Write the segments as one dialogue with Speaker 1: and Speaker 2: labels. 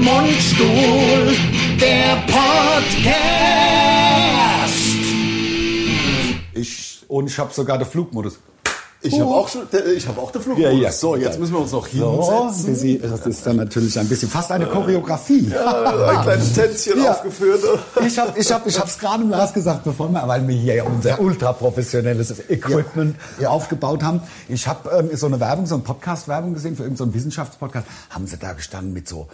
Speaker 1: Mundstuhl, der Podcast.
Speaker 2: Ich, und ich habe sogar den Flugmodus.
Speaker 3: Ich habe auch schon, ich habe auch den Flug.
Speaker 2: Ja, ja.
Speaker 3: So, jetzt müssen wir uns noch
Speaker 2: So,
Speaker 3: hinsetzen. Äh,
Speaker 2: Sissi, das ist dann natürlich ein bisschen fast eine Choreografie.
Speaker 3: Ein kleines Tänzchen
Speaker 2: Ja.
Speaker 3: aufgeführt.
Speaker 2: Ich habe ich hab, ich hab's gerade im Lars gesagt, bevor wir, weil wir hier ja unser ultraprofessionelles Equipment aufgebaut haben. Ich habe ähm, so eine Werbung, so eine Podcast-Werbung gesehen für irgendeinen Wissenschaftspodcast. Haben sie da gestanden mit so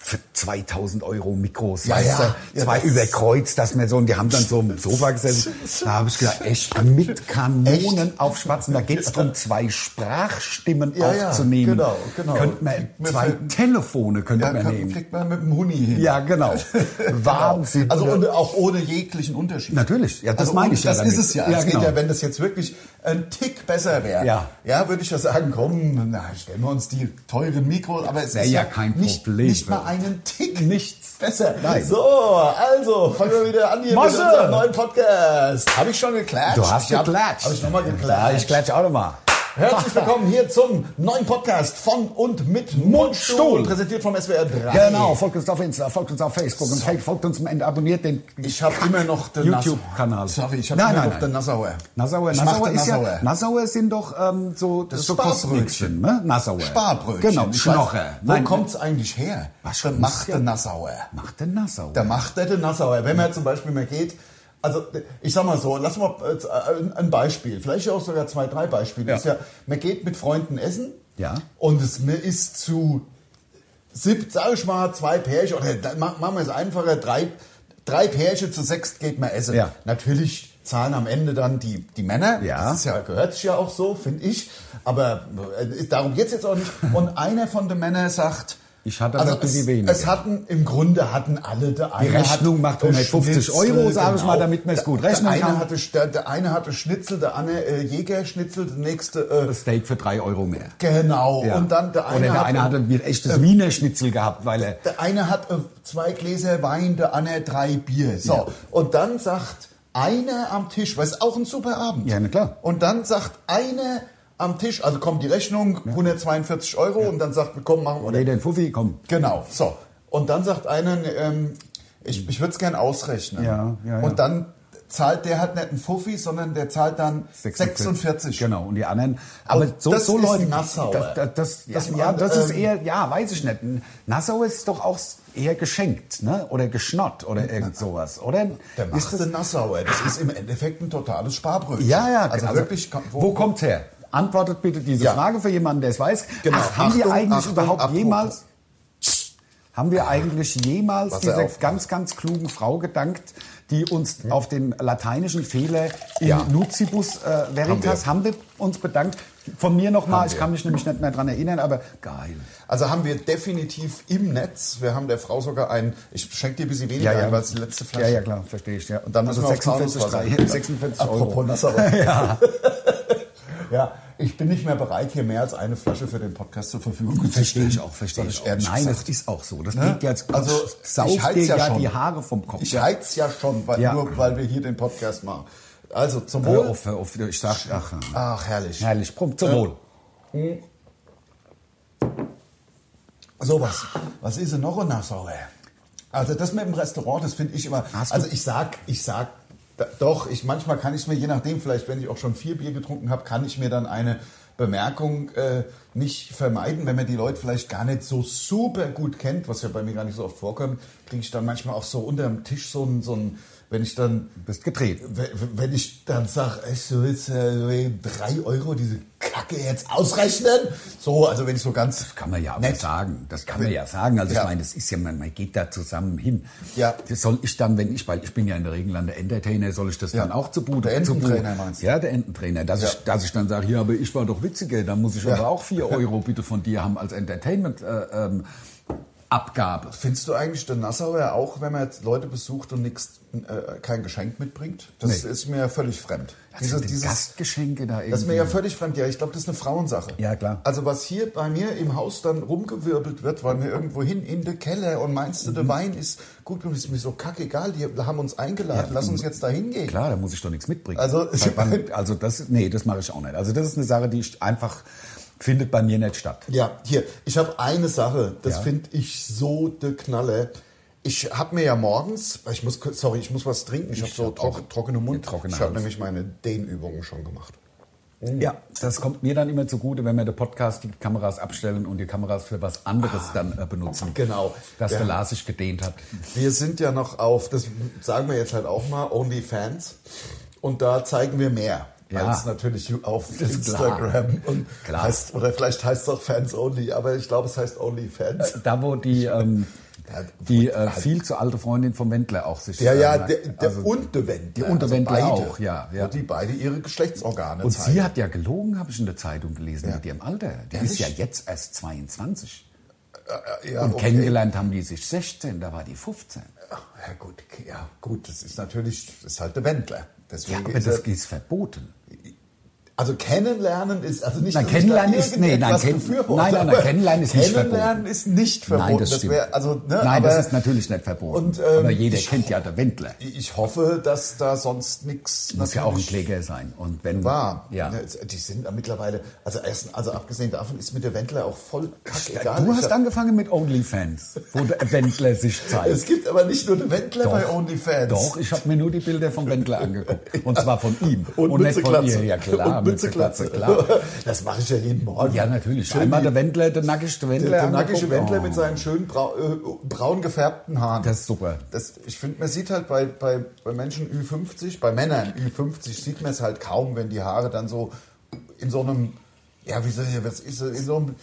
Speaker 2: für 2000 Euro Mikros,
Speaker 3: Ja,
Speaker 2: weißt
Speaker 3: ja.
Speaker 2: du,
Speaker 3: Ja,
Speaker 2: zwei
Speaker 3: das-
Speaker 2: überkreuzt, dass mir so, und die haben dann so im Sofa gesessen. Da habe ich gedacht, echt, mit Kanonen aufschwatzen, da geht's drum, zwei Sprachstimmen
Speaker 3: Ja, ja,
Speaker 2: aufzunehmen.
Speaker 3: genau, genau.
Speaker 2: Könnte man,
Speaker 3: Kriegt man
Speaker 2: zwei
Speaker 3: für-
Speaker 2: Telefone könnte
Speaker 3: Ja,
Speaker 2: man
Speaker 3: kann,
Speaker 2: nehmen.
Speaker 3: kriegt man mit dem Huni hin.
Speaker 2: Ja, genau. Wahnsinn.
Speaker 3: Also
Speaker 2: oder?
Speaker 3: und auch ohne jeglichen Unterschied.
Speaker 2: Natürlich. Ja, das
Speaker 3: Also,
Speaker 2: meine ich ja
Speaker 3: Das
Speaker 2: damit.
Speaker 3: ist es ja.
Speaker 2: Ja,
Speaker 3: es
Speaker 2: genau.
Speaker 3: geht ja, wenn das jetzt wirklich ein Tick besser wäre.
Speaker 2: Ja.
Speaker 3: Ja, würde ich ja sagen, komm, na, stellen wir uns die teuren Mikros, aber es
Speaker 2: Wär
Speaker 3: ist
Speaker 2: ja kein
Speaker 3: nicht,
Speaker 2: Problem.
Speaker 3: nicht mal einen Tick
Speaker 2: Nichts.
Speaker 3: besser.
Speaker 2: Nein.
Speaker 3: So, also fangen wir wieder an hier
Speaker 2: Masche!
Speaker 3: mit unserem neuen Podcast. Habe ich schon geklatscht?
Speaker 2: Du hast
Speaker 3: äh, Ich hab-
Speaker 2: geklatscht.
Speaker 3: Habe ich nochmal geklatscht.
Speaker 2: Ja, ich klatsche auch nochmal.
Speaker 3: Herzlich willkommen hier zum neuen Podcast von und mit Mundstuhl,
Speaker 2: Mundstuhl.
Speaker 3: präsentiert vom SWR 3.
Speaker 2: Genau, folgt uns auf Insta, folgt uns auf Facebook und folgt- folgt uns am Ende, abonniert den
Speaker 3: Ich habe immer noch den
Speaker 2: YouTube-Kanal.
Speaker 3: Nassauer. Sorry, ich habe
Speaker 2: Nein,
Speaker 3: immer
Speaker 2: nein,
Speaker 3: noch
Speaker 2: nein.
Speaker 3: den Nassauer.
Speaker 2: Nassauer,
Speaker 3: ich mach
Speaker 2: Nassauer
Speaker 3: den
Speaker 2: ist
Speaker 3: Nassauer.
Speaker 2: ja, Nassauer sind doch ähm, so,
Speaker 3: Das
Speaker 2: so
Speaker 3: Sparbrötchen.
Speaker 2: Kostnixen, ne? Nassauer.
Speaker 3: Sparbrötchen.
Speaker 2: Genau,
Speaker 3: Ich weiß,
Speaker 2: Schnocher.
Speaker 3: Wo kommt's eigentlich her?
Speaker 2: Was
Speaker 3: der
Speaker 2: kommt's
Speaker 3: macht der
Speaker 2: her?
Speaker 3: Nassauer.
Speaker 2: Macht der Nassauer.
Speaker 3: Der macht der den Nassauer. Wenn man zum Beispiel mal geht, also ich sag mal so, lass mal äh, ein Beispiel, vielleicht auch sogar zwei, drei Beispiele.
Speaker 2: Ja.
Speaker 3: Ist ja, man geht mit Freunden essen
Speaker 2: Ja.
Speaker 3: und es mir ist zu sieb, sag ich mal, zwei Pärchen, oder da- ma- machen wir es einfacher, drei, drei Pärchen zu sechs geht man essen.
Speaker 2: Ja.
Speaker 3: Natürlich zahlen am Ende dann die, die Männer.
Speaker 2: Ja.
Speaker 3: Das ist ja, gehört sich ja auch so, finde ich. Aber äh, darum geht's jetzt auch nicht. Und einer von den Männern sagt,
Speaker 2: Ich hatte aber ein bisschen
Speaker 3: Also es,
Speaker 2: weniger.
Speaker 3: Es hatten, im Grunde hatten alle, der
Speaker 2: Die
Speaker 3: einer
Speaker 2: Rechnung
Speaker 3: hat
Speaker 2: macht 150
Speaker 3: Schnitzel,
Speaker 2: Euro, sag ich mal, damit man es gut rechnen
Speaker 3: der eine
Speaker 2: kann.
Speaker 3: Hatte, Sta- der eine hatte Schnitzel, der andere äh, Jägerschnitzel, der nächste... Äh,
Speaker 2: das Steak für drei Euro mehr.
Speaker 3: genau.
Speaker 2: Ja.
Speaker 3: Und dann der eine,
Speaker 2: Oder der
Speaker 3: hat,
Speaker 2: eine hatte ein echtes Wiener Schnitzel gehabt, weil er
Speaker 3: der eine hat äh, zwei Gläser Wein, der andere drei Bier. So.
Speaker 2: Ja.
Speaker 3: Und dann sagt einer am Tisch, weil es ist auch ein super Abend.
Speaker 2: Ja, na klar.
Speaker 3: Und dann sagt einer am Tisch, also kommt die Rechnung, 142 Euro, und dann sagt, komm, machen wir
Speaker 2: oder den Fuffi, komm.
Speaker 3: Genau, so. Und dann sagt einer, ähm, ich, ich würde es gern ausrechnen.
Speaker 2: Ja, ja, ja.
Speaker 3: Und dann zahlt der halt nicht einen Fuffi, sondern der zahlt dann 46.
Speaker 2: Genau, und die anderen. Aber
Speaker 3: Und
Speaker 2: so,
Speaker 3: das
Speaker 2: so
Speaker 3: ist
Speaker 2: Leute.
Speaker 3: Nassauer.
Speaker 2: Das, das, das, das,
Speaker 3: Ja,
Speaker 2: ja,
Speaker 3: und,
Speaker 2: das ist
Speaker 3: ähm,
Speaker 2: eher, ja, weiß ich nicht. Nassau ist doch auch eher geschenkt, ne? Oder geschnott oder irgend sowas, oder?
Speaker 3: Der
Speaker 2: ist
Speaker 3: macht
Speaker 2: das,
Speaker 3: den Nassauer. Das ist im Endeffekt ein totales Sparbrötchen.
Speaker 2: ja, ja,
Speaker 3: Also,
Speaker 2: also,
Speaker 3: wirklich, komm,
Speaker 2: Wo, kommt's her? Antwortet bitte diese
Speaker 3: Ja.
Speaker 2: Frage für jemanden, der es weiß.
Speaker 3: Genau.
Speaker 2: Ach, haben wir
Speaker 3: Achtung,
Speaker 2: eigentlich
Speaker 3: Achtung,
Speaker 2: überhaupt
Speaker 3: Abruf.
Speaker 2: jemals. Haben wir eigentlich jemals
Speaker 3: Pass
Speaker 2: dieser
Speaker 3: auf.
Speaker 2: ganz, ganz klugen Frau gedankt, die uns auf den lateinischen Fehler in
Speaker 3: Hm? Ja.
Speaker 2: Nuzibus äh, Veritas, haben wir. uns bedankt. Von mir nochmal,
Speaker 3: Haben
Speaker 2: ich
Speaker 3: wir.
Speaker 2: kann mich nämlich nicht mehr dran erinnern, aber geil.
Speaker 3: Also haben wir definitiv im Netz, wir haben der Frau sogar einen, ich schenke dir ein bisschen weniger ein, weil es die letzte Flasche
Speaker 2: Ja, ja, klar, verstehe ich. Ja. Also
Speaker 3: Und dann müssen wir auf
Speaker 2: 46,
Speaker 3: Taunuswasser.
Speaker 2: drei- 46 Euro.
Speaker 3: Apropos Nassauer. ja. ja, ich bin nicht mehr bereit, hier mehr als eine Flasche für den Podcast zur Verfügung zu
Speaker 2: Verstehe
Speaker 3: stellen.
Speaker 2: ich auch, verstehe
Speaker 3: Soll
Speaker 2: ich auch.
Speaker 3: ehrlich
Speaker 2: Nein,
Speaker 3: gesagt.
Speaker 2: das ist auch so. Das
Speaker 3: Ne?
Speaker 2: geht jetzt
Speaker 3: Also, ich
Speaker 2: sauf
Speaker 3: halt's
Speaker 2: dir
Speaker 3: ja
Speaker 2: ja,
Speaker 3: schon.
Speaker 2: die Haare vom Kopf.
Speaker 3: Ich heiz ja schon, weil,
Speaker 2: Ja.
Speaker 3: nur weil wir hier den Podcast machen. Also zum
Speaker 2: Hör
Speaker 3: Wohl.
Speaker 2: auf, hör auf. Ich sag, ach,
Speaker 3: Ach, Äh, herrlich.
Speaker 2: herrlich, prompt zum Wohl.
Speaker 3: So was. Was ist denn noch in Nassau? ey? Also das mit dem Restaurant, das finde ich immer.
Speaker 2: Hast du-
Speaker 3: also ich sag, ich sag, da, doch. Ich manchmal kann ich mir, je nachdem, vielleicht wenn ich auch schon vier Bier getrunken habe, kann ich mir dann eine Bemerkung äh, nicht vermeiden, wenn man die Leute vielleicht gar nicht so super gut kennt, was ja bei mir gar nicht so oft vorkommt, kriege ich dann manchmal auch so unterm Tisch so ein, so ein wenn ich dann
Speaker 2: Du bist gedreht.
Speaker 3: W- wenn ich dann sage, du willst äh, drei Euro diese Kacke jetzt ausrechnen? So, also wenn ich so ganz.
Speaker 2: Kann man ja aber
Speaker 3: nett- Äh,
Speaker 2: sagen. Das kann man ja sagen. Also
Speaker 3: Ja.
Speaker 2: ich meine, das ist ja, man, man geht da zusammen hin.
Speaker 3: Ja.
Speaker 2: Das soll ich dann, wenn ich, weil ich bin ja in der Regel dann der Entertainer, soll ich das
Speaker 3: Ja.
Speaker 2: dann auch zu Bude?
Speaker 3: Der
Speaker 2: zu Bude-
Speaker 3: Ententrainer meinst du?
Speaker 2: Ja, der Ententrainer. Dass,
Speaker 3: Ja.
Speaker 2: ich, dass ich dann sage, ja, aber ich war doch witziger, dann muss ich
Speaker 3: Ja.
Speaker 2: aber auch vier Euro bitte von dir haben als Entertainment äh, ähm, Abgabe.
Speaker 3: Findest du eigentlich den Nassauer auch, wenn man jetzt Leute besucht und nix, äh, kein Geschenk mitbringt? Das
Speaker 2: Nee.
Speaker 3: ist mir ja völlig fremd.
Speaker 2: Das sind Also die Gastgeschenke da irgendwie.
Speaker 3: Das ist mir ja völlig fremd. Ja, ich glaube, das ist eine Frauensache.
Speaker 2: Ja, klar.
Speaker 3: Also was hier bei mir im Haus dann rumgewirbelt wird, weil mir irgendwo hin in den Keller und meinst du, der
Speaker 2: Mhm.
Speaker 3: Wein ist gut und ist mir so kackegal, die haben uns eingeladen, lass uns
Speaker 2: Mhm.
Speaker 3: jetzt da hingehen.
Speaker 2: Klar, da muss ich doch nichts mitbringen.
Speaker 3: Also-
Speaker 2: Seit wann- also das, nee, das mache ich auch nicht. Also das ist eine Sache, die ich einfach findet bei mir nicht statt.
Speaker 3: Ja, hier, ich habe eine Sache, das
Speaker 2: Ja.
Speaker 3: finde ich so de Knalle. Ich habe mir ja morgens, ich muss, kurz- sorry, ich muss was trinken, ich habe so trocken, trockene Mund.
Speaker 2: trockene
Speaker 3: ich habe
Speaker 2: Hand. Hm.
Speaker 3: nämlich meine Dehnübungen schon gemacht.
Speaker 2: Ja, das kommt mir dann immer zugute, wenn wir den Podcast, die Kameras abstellen und die Kameras für was anderes dann äh, benutzen.
Speaker 3: Genau.
Speaker 2: Dass
Speaker 3: Ja.
Speaker 2: der Lars sich gedehnt hat.
Speaker 3: Wir sind ja noch auf, das sagen wir jetzt halt auch mal, OnlyFans. Und da zeigen wir mehr.
Speaker 2: Ja.
Speaker 3: Als natürlich auf
Speaker 2: Ist klar.
Speaker 3: Instagram. Und
Speaker 2: Klar.
Speaker 3: Heißt, oder vielleicht heißt es auch Fans Only, aber ich glaube, es heißt OnlyFans.
Speaker 2: Da, wo die, ähm,
Speaker 3: Ja,
Speaker 2: die äh, viel zu alte Freundin vom Wendler auch sich.
Speaker 3: Halt. Ja,
Speaker 2: äh,
Speaker 3: ja,
Speaker 2: merkt.
Speaker 3: der, der
Speaker 2: Also-
Speaker 3: Unterwändler.
Speaker 2: die Unterwändler
Speaker 3: beide,
Speaker 2: auch, ja, ja.
Speaker 3: Wo die beide ihre Geschlechtsorgane
Speaker 2: Und
Speaker 3: zeigen.
Speaker 2: sie hat ja gelogen, habe ich in der Zeitung gelesen, mit ihrem Alter. Die
Speaker 3: Ehrlich?
Speaker 2: ist ja jetzt erst 22.
Speaker 3: ja,
Speaker 2: Und
Speaker 3: okay.
Speaker 2: kennengelernt haben die sich 16, da war die 15.
Speaker 3: Ja gut, ja gut, das ist natürlich, das ist halt der Wendler.
Speaker 2: Ja,
Speaker 3: Deswegen
Speaker 2: aber
Speaker 3: ist
Speaker 2: das
Speaker 3: er-
Speaker 2: ist verboten.
Speaker 3: also kennenlernen ist also nicht.
Speaker 2: Nein,
Speaker 3: dass ich da
Speaker 2: kennenlernen ist- nee, nein,
Speaker 3: irgendetwas
Speaker 2: kenn-
Speaker 3: befürworte,
Speaker 2: nein, nein, nein,
Speaker 3: aber
Speaker 2: kennenlernen ist nicht
Speaker 3: Kennenlernen ist nicht verboten.
Speaker 2: Nein, das stimmt.
Speaker 3: wär- also, ne,
Speaker 2: Nein,
Speaker 3: aber
Speaker 2: das ist natürlich nicht verboten.
Speaker 3: Und, ähm,
Speaker 2: aber jeder
Speaker 3: ich-
Speaker 2: kennt ja der Wendler.
Speaker 3: Ich hoffe, dass da sonst nichts.
Speaker 2: Muss ja auch ein Kläger sein. Und wenn
Speaker 3: War.
Speaker 2: Ja.
Speaker 3: Ne, Die sind ja mittlerweile, also, erst, also abgesehen davon ist mit der Wendler auch voll kackegal.
Speaker 2: Du
Speaker 3: Ich
Speaker 2: hast
Speaker 3: hab-
Speaker 2: angefangen mit OnlyFans, wo der Wendler sich
Speaker 3: Es
Speaker 2: zeigt.
Speaker 3: gibt aber nicht nur den Wendler
Speaker 2: Doch.
Speaker 3: bei OnlyFans.
Speaker 2: Doch, ich habe mir nur die Bilder vom Wendler angeguckt. Und zwar von ihm.
Speaker 3: Und,
Speaker 2: nicht von
Speaker 3: Mützeklatze.
Speaker 2: ihr. Ja, klar.
Speaker 3: Und Mützeklatze,
Speaker 2: klar.
Speaker 3: Das mache ich ja jeden Morgen.
Speaker 2: Ja, natürlich.
Speaker 3: Schön
Speaker 2: Einmal
Speaker 3: die-
Speaker 2: der Wendler, der nackigste Wendler.
Speaker 3: der, der nackige
Speaker 2: angeguckt.
Speaker 3: Wendler
Speaker 2: Oh.
Speaker 3: mit seinen schönen brau, äh, braun gefärbten Haaren.
Speaker 2: Das ist super.
Speaker 3: Das, ich finde, man sieht halt bei, bei, bei Menschen Ü50, bei Männern Ü50 sieht man es halt kaum, wenn die Haare dann so in so einem, ja, wie soll ich, was ist das, in so einem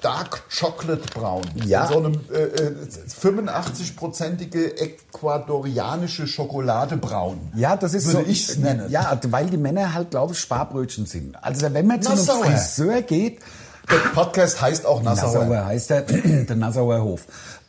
Speaker 3: Dark Chocolate Braun.
Speaker 2: Ja.
Speaker 3: In so einem äh, äh, 85-prozentige ecuadorianische Schokolade Braun.
Speaker 2: Ja, das ist
Speaker 3: Würde
Speaker 2: so.
Speaker 3: ich's nennen.
Speaker 2: Ja, weil die Männer halt, glaube ich, Sparbrötchen sind. Also wenn man zu
Speaker 3: Na,
Speaker 2: einem
Speaker 3: sauer.
Speaker 2: Friseur geht,
Speaker 3: Der Podcast heißt auch Nassauer.
Speaker 2: Nassauer heißt der, der Nassauer Hof.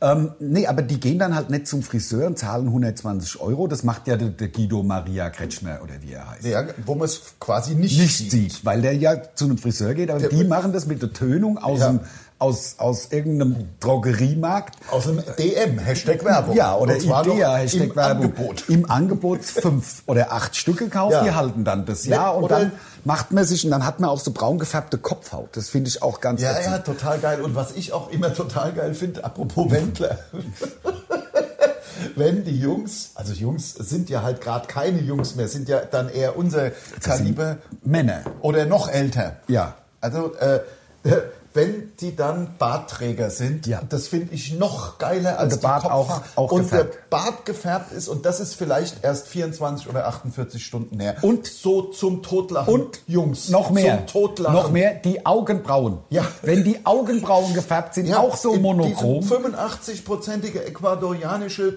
Speaker 2: Ähm, nee, aber die gehen dann halt nicht zum Friseur und zahlen 120 Euro. Das macht ja der, der Guido Maria Kretschmer oder wie er heißt.
Speaker 3: Ja, wo man es quasi nicht,
Speaker 2: Nicht sieht, weil der ja zu einem Friseur geht, aber
Speaker 3: Der-
Speaker 2: die machen das mit der Tönung aus,
Speaker 3: Ja.
Speaker 2: dem, aus, aus irgendeinem Drogeriemarkt.
Speaker 3: Aus dem DM, Hashtag Werbung.
Speaker 2: Ja, oder
Speaker 3: Und zwar noch
Speaker 2: Idea, Hashtag
Speaker 3: im
Speaker 2: Werbung.
Speaker 3: Angebot.
Speaker 2: Im Angebot fünf oder acht Stück gekauft,
Speaker 3: Ja. Ne,
Speaker 2: die halten dann das Jahr und
Speaker 3: oder-
Speaker 2: dann macht man sich und dann hat man auch so braun gefärbte Kopfhaut. Das finde ich auch ganz
Speaker 3: Ja,
Speaker 2: ätzend.
Speaker 3: ja, total geil. Und was ich auch immer total geil finde, apropos Wendler. Wenn die Jungs, also Jungs sind ja halt gerade keine Jungs mehr, sind ja dann eher unser Kaliber
Speaker 2: Männer.
Speaker 3: oder noch älter.
Speaker 2: Ja.
Speaker 3: Also, äh, wenn die dann Bartträger sind,
Speaker 2: Ja.
Speaker 3: das finde ich noch geiler als
Speaker 2: der Bart
Speaker 3: die Kopfhaar.
Speaker 2: auch- auch
Speaker 3: Und
Speaker 2: gefärbt.
Speaker 3: der Bart gefärbt ist und das ist vielleicht erst 24 oder 48 Stunden her.
Speaker 2: Und-
Speaker 3: so zum Totlachen.
Speaker 2: Und
Speaker 3: Jungs,
Speaker 2: noch mehr,
Speaker 3: zum Totlachen.
Speaker 2: noch mehr die Augenbrauen.
Speaker 3: Ja.
Speaker 2: Wenn die Augenbrauen gefärbt sind,
Speaker 3: Ja,
Speaker 2: auch so
Speaker 3: in
Speaker 2: monochrom.
Speaker 3: diesem 85-prozentige ecuadorianische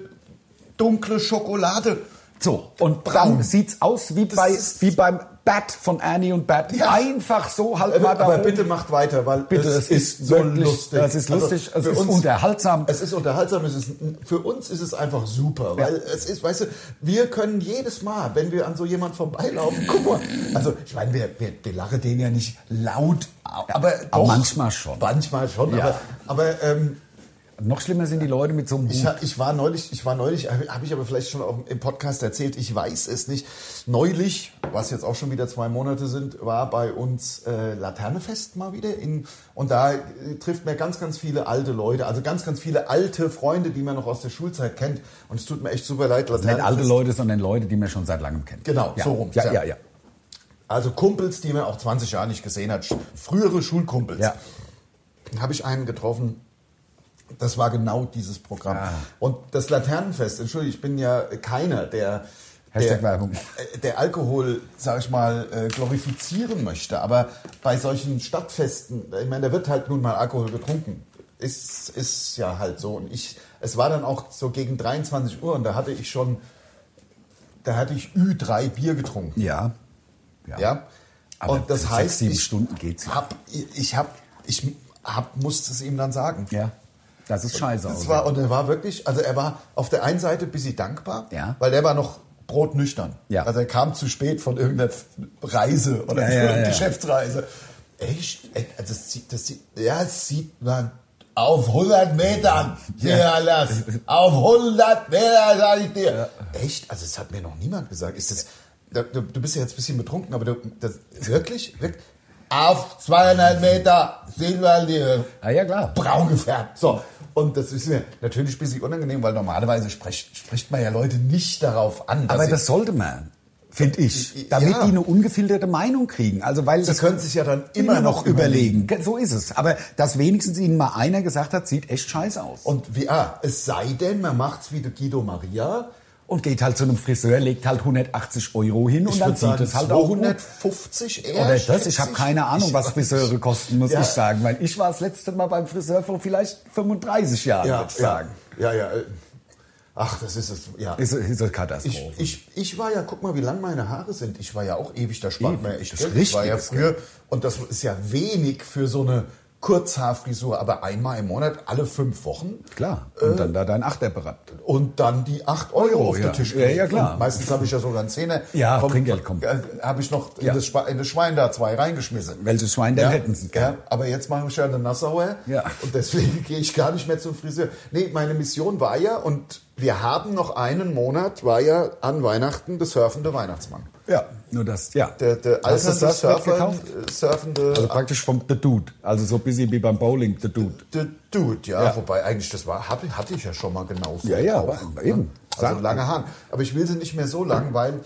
Speaker 3: dunkle Schokolade.
Speaker 2: So und
Speaker 3: Braun.
Speaker 2: dann sieht's aus wie
Speaker 3: Das
Speaker 2: bei
Speaker 3: ist-
Speaker 2: wie beim Bat von Ernie und Bat.
Speaker 3: Ja.
Speaker 2: Einfach so halt mal da
Speaker 3: Äh, Aber
Speaker 2: oben.
Speaker 3: bitte macht weiter, weil
Speaker 2: Bitte,
Speaker 3: es,
Speaker 2: es
Speaker 3: ist,
Speaker 2: ist
Speaker 3: so
Speaker 2: wirklich-
Speaker 3: lustig. Also
Speaker 2: es ist lustig, Also es
Speaker 3: für
Speaker 2: ist unterhaltsam.
Speaker 3: Es ist unterhaltsam, es ist, für uns ist es einfach super, weil es ist, weißt du, wir können jedes Mal, wenn wir an so jemand vorbeilaufen, guck mal, also ich meine, wir, wir, wir lachen den ja nicht laut, aber
Speaker 2: aber
Speaker 3: doch,
Speaker 2: manchmal schon.
Speaker 3: Manchmal schon,
Speaker 2: Ja.
Speaker 3: aber, aber ähm,
Speaker 2: Noch schlimmer sind die Leute mit so einem
Speaker 3: Ich,
Speaker 2: Hut.
Speaker 3: ha- ich war neulich, ich war neulich, habe ich aber vielleicht schon auf, im Podcast erzählt, ich weiß es nicht. Neulich, was jetzt auch schon wieder zwei Monate sind, war bei uns äh, Laternefest mal wieder in und da äh, trifft man ganz, ganz viele alte Leute, also ganz, ganz viele alte Freunde, die man noch aus der Schulzeit kennt. Und es tut mir echt super leid,
Speaker 2: Nicht
Speaker 3: Laternenfest.
Speaker 2: alte Leute, sondern Leute, die man schon seit langem kennt.
Speaker 3: Genau,
Speaker 2: ja.
Speaker 3: so rum.
Speaker 2: Ja, ja, ja.
Speaker 3: Also Kumpels, die man auch 20 Jahre nicht gesehen hat, sch- frühere Schulkumpels.
Speaker 2: Ja.
Speaker 3: Dann habe ich einen getroffen. Das war genau dieses Programm.
Speaker 2: Ah.
Speaker 3: Und das Laternenfest, entschuldige, ich bin ja keiner, der
Speaker 2: Hashtag
Speaker 3: der,
Speaker 2: Werbung.
Speaker 3: äh, der Alkohol, sag ich mal, äh, glorifizieren möchte. Aber bei solchen Stadtfesten, ich meine, da wird halt nun mal Alkohol getrunken. Ist, ist ja halt so. Und ich, es war dann auch so gegen 23 Uhr und da hatte ich schon, da hatte ich Ü3 Bier getrunken.
Speaker 2: Ja. Ja.
Speaker 3: Ja.
Speaker 2: Aber
Speaker 3: und das
Speaker 2: sechs,
Speaker 3: heißt,
Speaker 2: sieben
Speaker 3: ich
Speaker 2: Stunden geht's ja.
Speaker 3: Hab, ich hab, ich hab, musste es ihm dann sagen.
Speaker 2: Ja. Das ist scheiße aus.
Speaker 3: Das war, und er war wirklich, also er war auf der einen Seite ein bisschen dankbar,
Speaker 2: Ja.
Speaker 3: weil er war noch brotnüchtern.
Speaker 2: Ja.
Speaker 3: Also er kam zu spät von irgendeiner Reise oder
Speaker 2: Ja, ja,
Speaker 3: irgendeiner
Speaker 2: ja.
Speaker 3: Geschäftsreise. Echt? Ey, also Das sieht, das sieht, ja, das sieht man auf 100 Metern, ja, Lars. Auf 100 Metern, sag ich dir. Echt? Also das hat mir noch niemand gesagt. Ist das, du, du bist ja jetzt ein bisschen betrunken, aber du, das, wirklich? Wirk- auf 200 Meter Silberlinie.
Speaker 2: Ah, ja, klar.
Speaker 3: Braun gefärbt. So. Und das ist mir natürlich ein bisschen unangenehm, weil normalerweise spricht, spricht man ja Leute nicht darauf an.
Speaker 2: Aber
Speaker 3: dass
Speaker 2: das sollte man, finde ich, damit
Speaker 3: Ja.
Speaker 2: die eine ungefilterte Meinung kriegen. Also weil
Speaker 3: sie
Speaker 2: das
Speaker 3: können sich ja dann
Speaker 2: immer noch überlegen.
Speaker 3: überlegen.
Speaker 2: So ist es. Aber dass wenigstens ihnen mal einer gesagt hat, sieht echt scheiße aus. Und,
Speaker 3: Und wie, ah, es sei denn, man macht's wie der Guido Maria.
Speaker 2: geht halt zu einem Friseur, legt halt 180 Euro hin und
Speaker 3: Ich
Speaker 2: dann
Speaker 3: würde
Speaker 2: sieht
Speaker 3: sagen,
Speaker 2: es halt auch gut.
Speaker 3: 250 eher.
Speaker 2: Oder das,
Speaker 3: schätze
Speaker 2: ich habe keine Ahnung, was Friseure kosten, muss
Speaker 3: Ja.
Speaker 2: ich sagen. Weil ich war das letzte Mal beim Friseur vor vielleicht 35 Jahren,
Speaker 3: Ja,
Speaker 2: würde ich sagen.
Speaker 3: Ja, ja, ja. äh, Ach, das ist es. Ja.
Speaker 2: Ist, ist eine
Speaker 3: ich,
Speaker 2: Katastrophe.
Speaker 3: ich, ich war ja, guck mal, wie lang meine Haare sind. Ich war ja auch ewig, da spart man ja echt
Speaker 2: Das
Speaker 3: Geld.
Speaker 2: ist
Speaker 3: Ich war ja
Speaker 2: richtig,
Speaker 3: früher, und das ist ja wenig für so eine Kurzhaarfrisur, aber einmal im Monat, alle fünf Wochen.
Speaker 2: Klar.
Speaker 3: äh,
Speaker 2: Und dann da dein Achterbrand.
Speaker 3: Und dann die 8 Euro auf
Speaker 2: Oh, ja.
Speaker 3: den Tisch.
Speaker 2: Ja, ja,
Speaker 3: gelegt.
Speaker 2: klar.
Speaker 3: Und meistens habe ich ja sogar einen Zehner.
Speaker 2: Ja, Trinkgeld kommt.
Speaker 3: Habe ich noch in,
Speaker 2: Ja.
Speaker 3: das Schwe- in das Schwein da zwei reingeschmissen.
Speaker 2: Welches Schwein denn hätten sie gern?
Speaker 3: ja, aber jetzt mache ich ja eine Nassauer
Speaker 2: Ja.
Speaker 3: und deswegen gehe ich gar nicht mehr zum Friseur. Nee, meine Mission war ja, und wir haben noch einen Monat, war ja an Weihnachten das surfende Weihnachtsmann.
Speaker 2: Ja, nur das, ja.
Speaker 3: Der, der
Speaker 2: Hast du das
Speaker 3: alte
Speaker 2: Surfbrett
Speaker 3: Surfer,
Speaker 2: gekauft?
Speaker 3: surfende
Speaker 2: Also praktisch vom The Dude. Also so ein bisschen wie beim Bowling, The Dude.
Speaker 3: der Dude, ja,
Speaker 2: Ja.
Speaker 3: wobei eigentlich das war, hab, hatte ich ja schon mal genauso.
Speaker 2: Ja, ja,
Speaker 3: auch,
Speaker 2: aber eben.
Speaker 3: Also
Speaker 2: Sag-
Speaker 3: lange Haare. Aber ich will sie nicht mehr so lang, weil